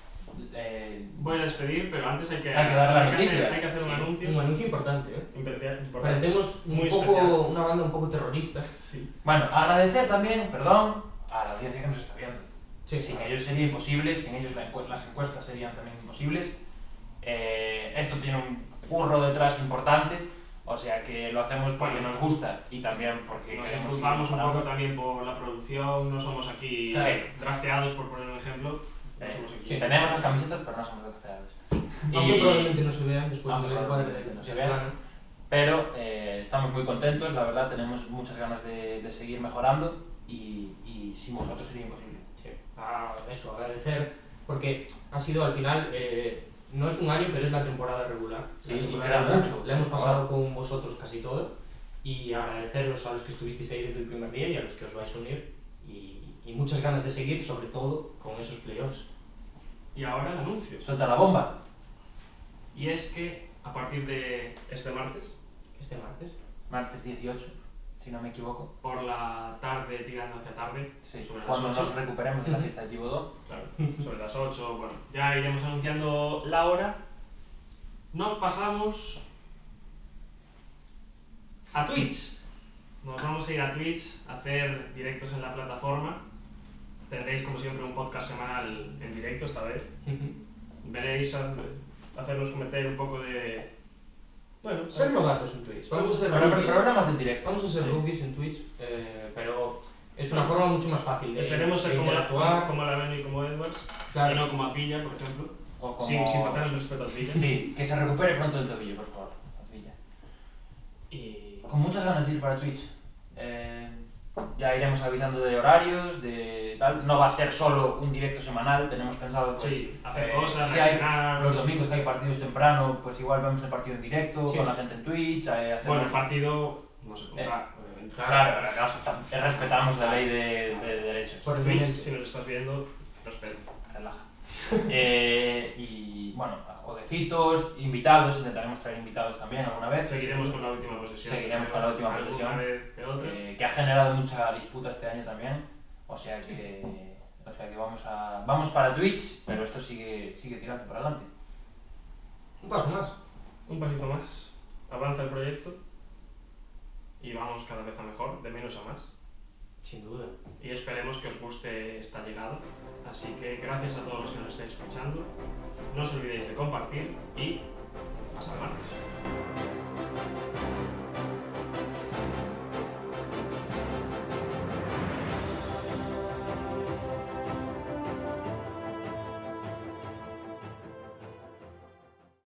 eh, Voy a despedir, pero antes hay que, Hay que dar la hay que noticia. hacer, hay que hacer un Sí. anuncio. Un anuncio importante, ¿eh? Imper- importante. Parecemos un Muy poco, especial. una banda un poco terrorista. Sí. bueno, agradecer también, perdón, a la audiencia que nos está viendo. sin claro. ellos sería imposible, sin ellos la encue- las encuestas serían también imposibles. Eh, esto tiene un curro detrás importante, o sea que lo hacemos porque nos gusta y también porque Nos queremos ir disculpamos un poco mejorando. también por la producción, no somos aquí Claro. eh, drafteados, por poner un ejemplo. No Eh, somos aquí. Tenemos las camisetas, pero no somos deseables. Aunque Y- probablemente no se vean después Aunque de la probablemente no se vean. Pero eh, estamos muy contentos, la verdad, tenemos muchas ganas de, de seguir mejorando y, y sin vosotros sería imposible. Sí. A eso, agradecer, porque ha sido al final, eh, no es un año, pero es la temporada regular. Sí, La y temporada queda regular. mucho. La hemos pasado con vosotros casi todo. Y agradeceros a los que estuvisteis ahí desde el primer día y a los que os vais a unir. Y, y muchas ganas de seguir, sobre todo con esos playoffs. Y ahora el anuncio. Suelta la bomba. Y es que a partir de este martes, Este (laughs) martes. martes 18, si no me equivoco, por la tarde tirando hacia tarde, sobre las cuando 8, nos recuperemos de la fiesta del Gibodó. claro, sobre las 8, bueno, ya iremos anunciando la hora. Nos pasamos a Twitch. Nos vamos a ir a Twitch a hacer directos en la plataforma. Tendréis como siempre un podcast semanal en directo esta vez. Veréis a hacernos cometer un poco de... Bueno, Ser novatos en Twitch. Vamos a ser Pero rookies. programas del directo. Vamos a ser Sí. rookies en Twitch, eh, pero es una forma mucho más fácil de, Esperemos ser de como la, interactuar. como la Beno y como Edwards, Claro. y no como a Pilla, por ejemplo. O como- Sin, sin faltar el respeto a Pilla. Sí, que se recupere pronto el tobillo, por favor. Azvilla. Y Con muchas ganas de ir para Twitch. Eh, ya iremos avisando de horarios, de tal. No va a ser solo un directo semanal, tenemos pensado pues, Sí, hacer cosas, si hay reaccionar. los domingos que hay partidos temprano, pues igual vemos el partido en directo, Sí. con la gente en Twitch, eh, hacemos... Eh, bueno, el partido no se compra. obviamente. Claro, claro, respetamos la ley de, de derechos. Por el Twitch, momento. si nos estás viendo, respeto. relaja. Eh, y bueno, jueguecitos, invitados, intentaremos traer invitados también alguna vez. Seguiremos con la última posesión. Seguiremos con la última Alguna posesión. vez que otra. Eh, que ha generado mucha disputa este año también. O sea que, o sea que vamos, a, vamos para Twitch, pero esto sigue, sigue tirando para adelante. Un paso más. Un pasito más. Avanza el proyecto. Y vamos cada vez a mejor, de menos a más. Sin duda. y esperemos que os guste esta llegada. Así que gracias a todos los que nos estáis escuchando. No os olvidéis de compartir y hasta el martes.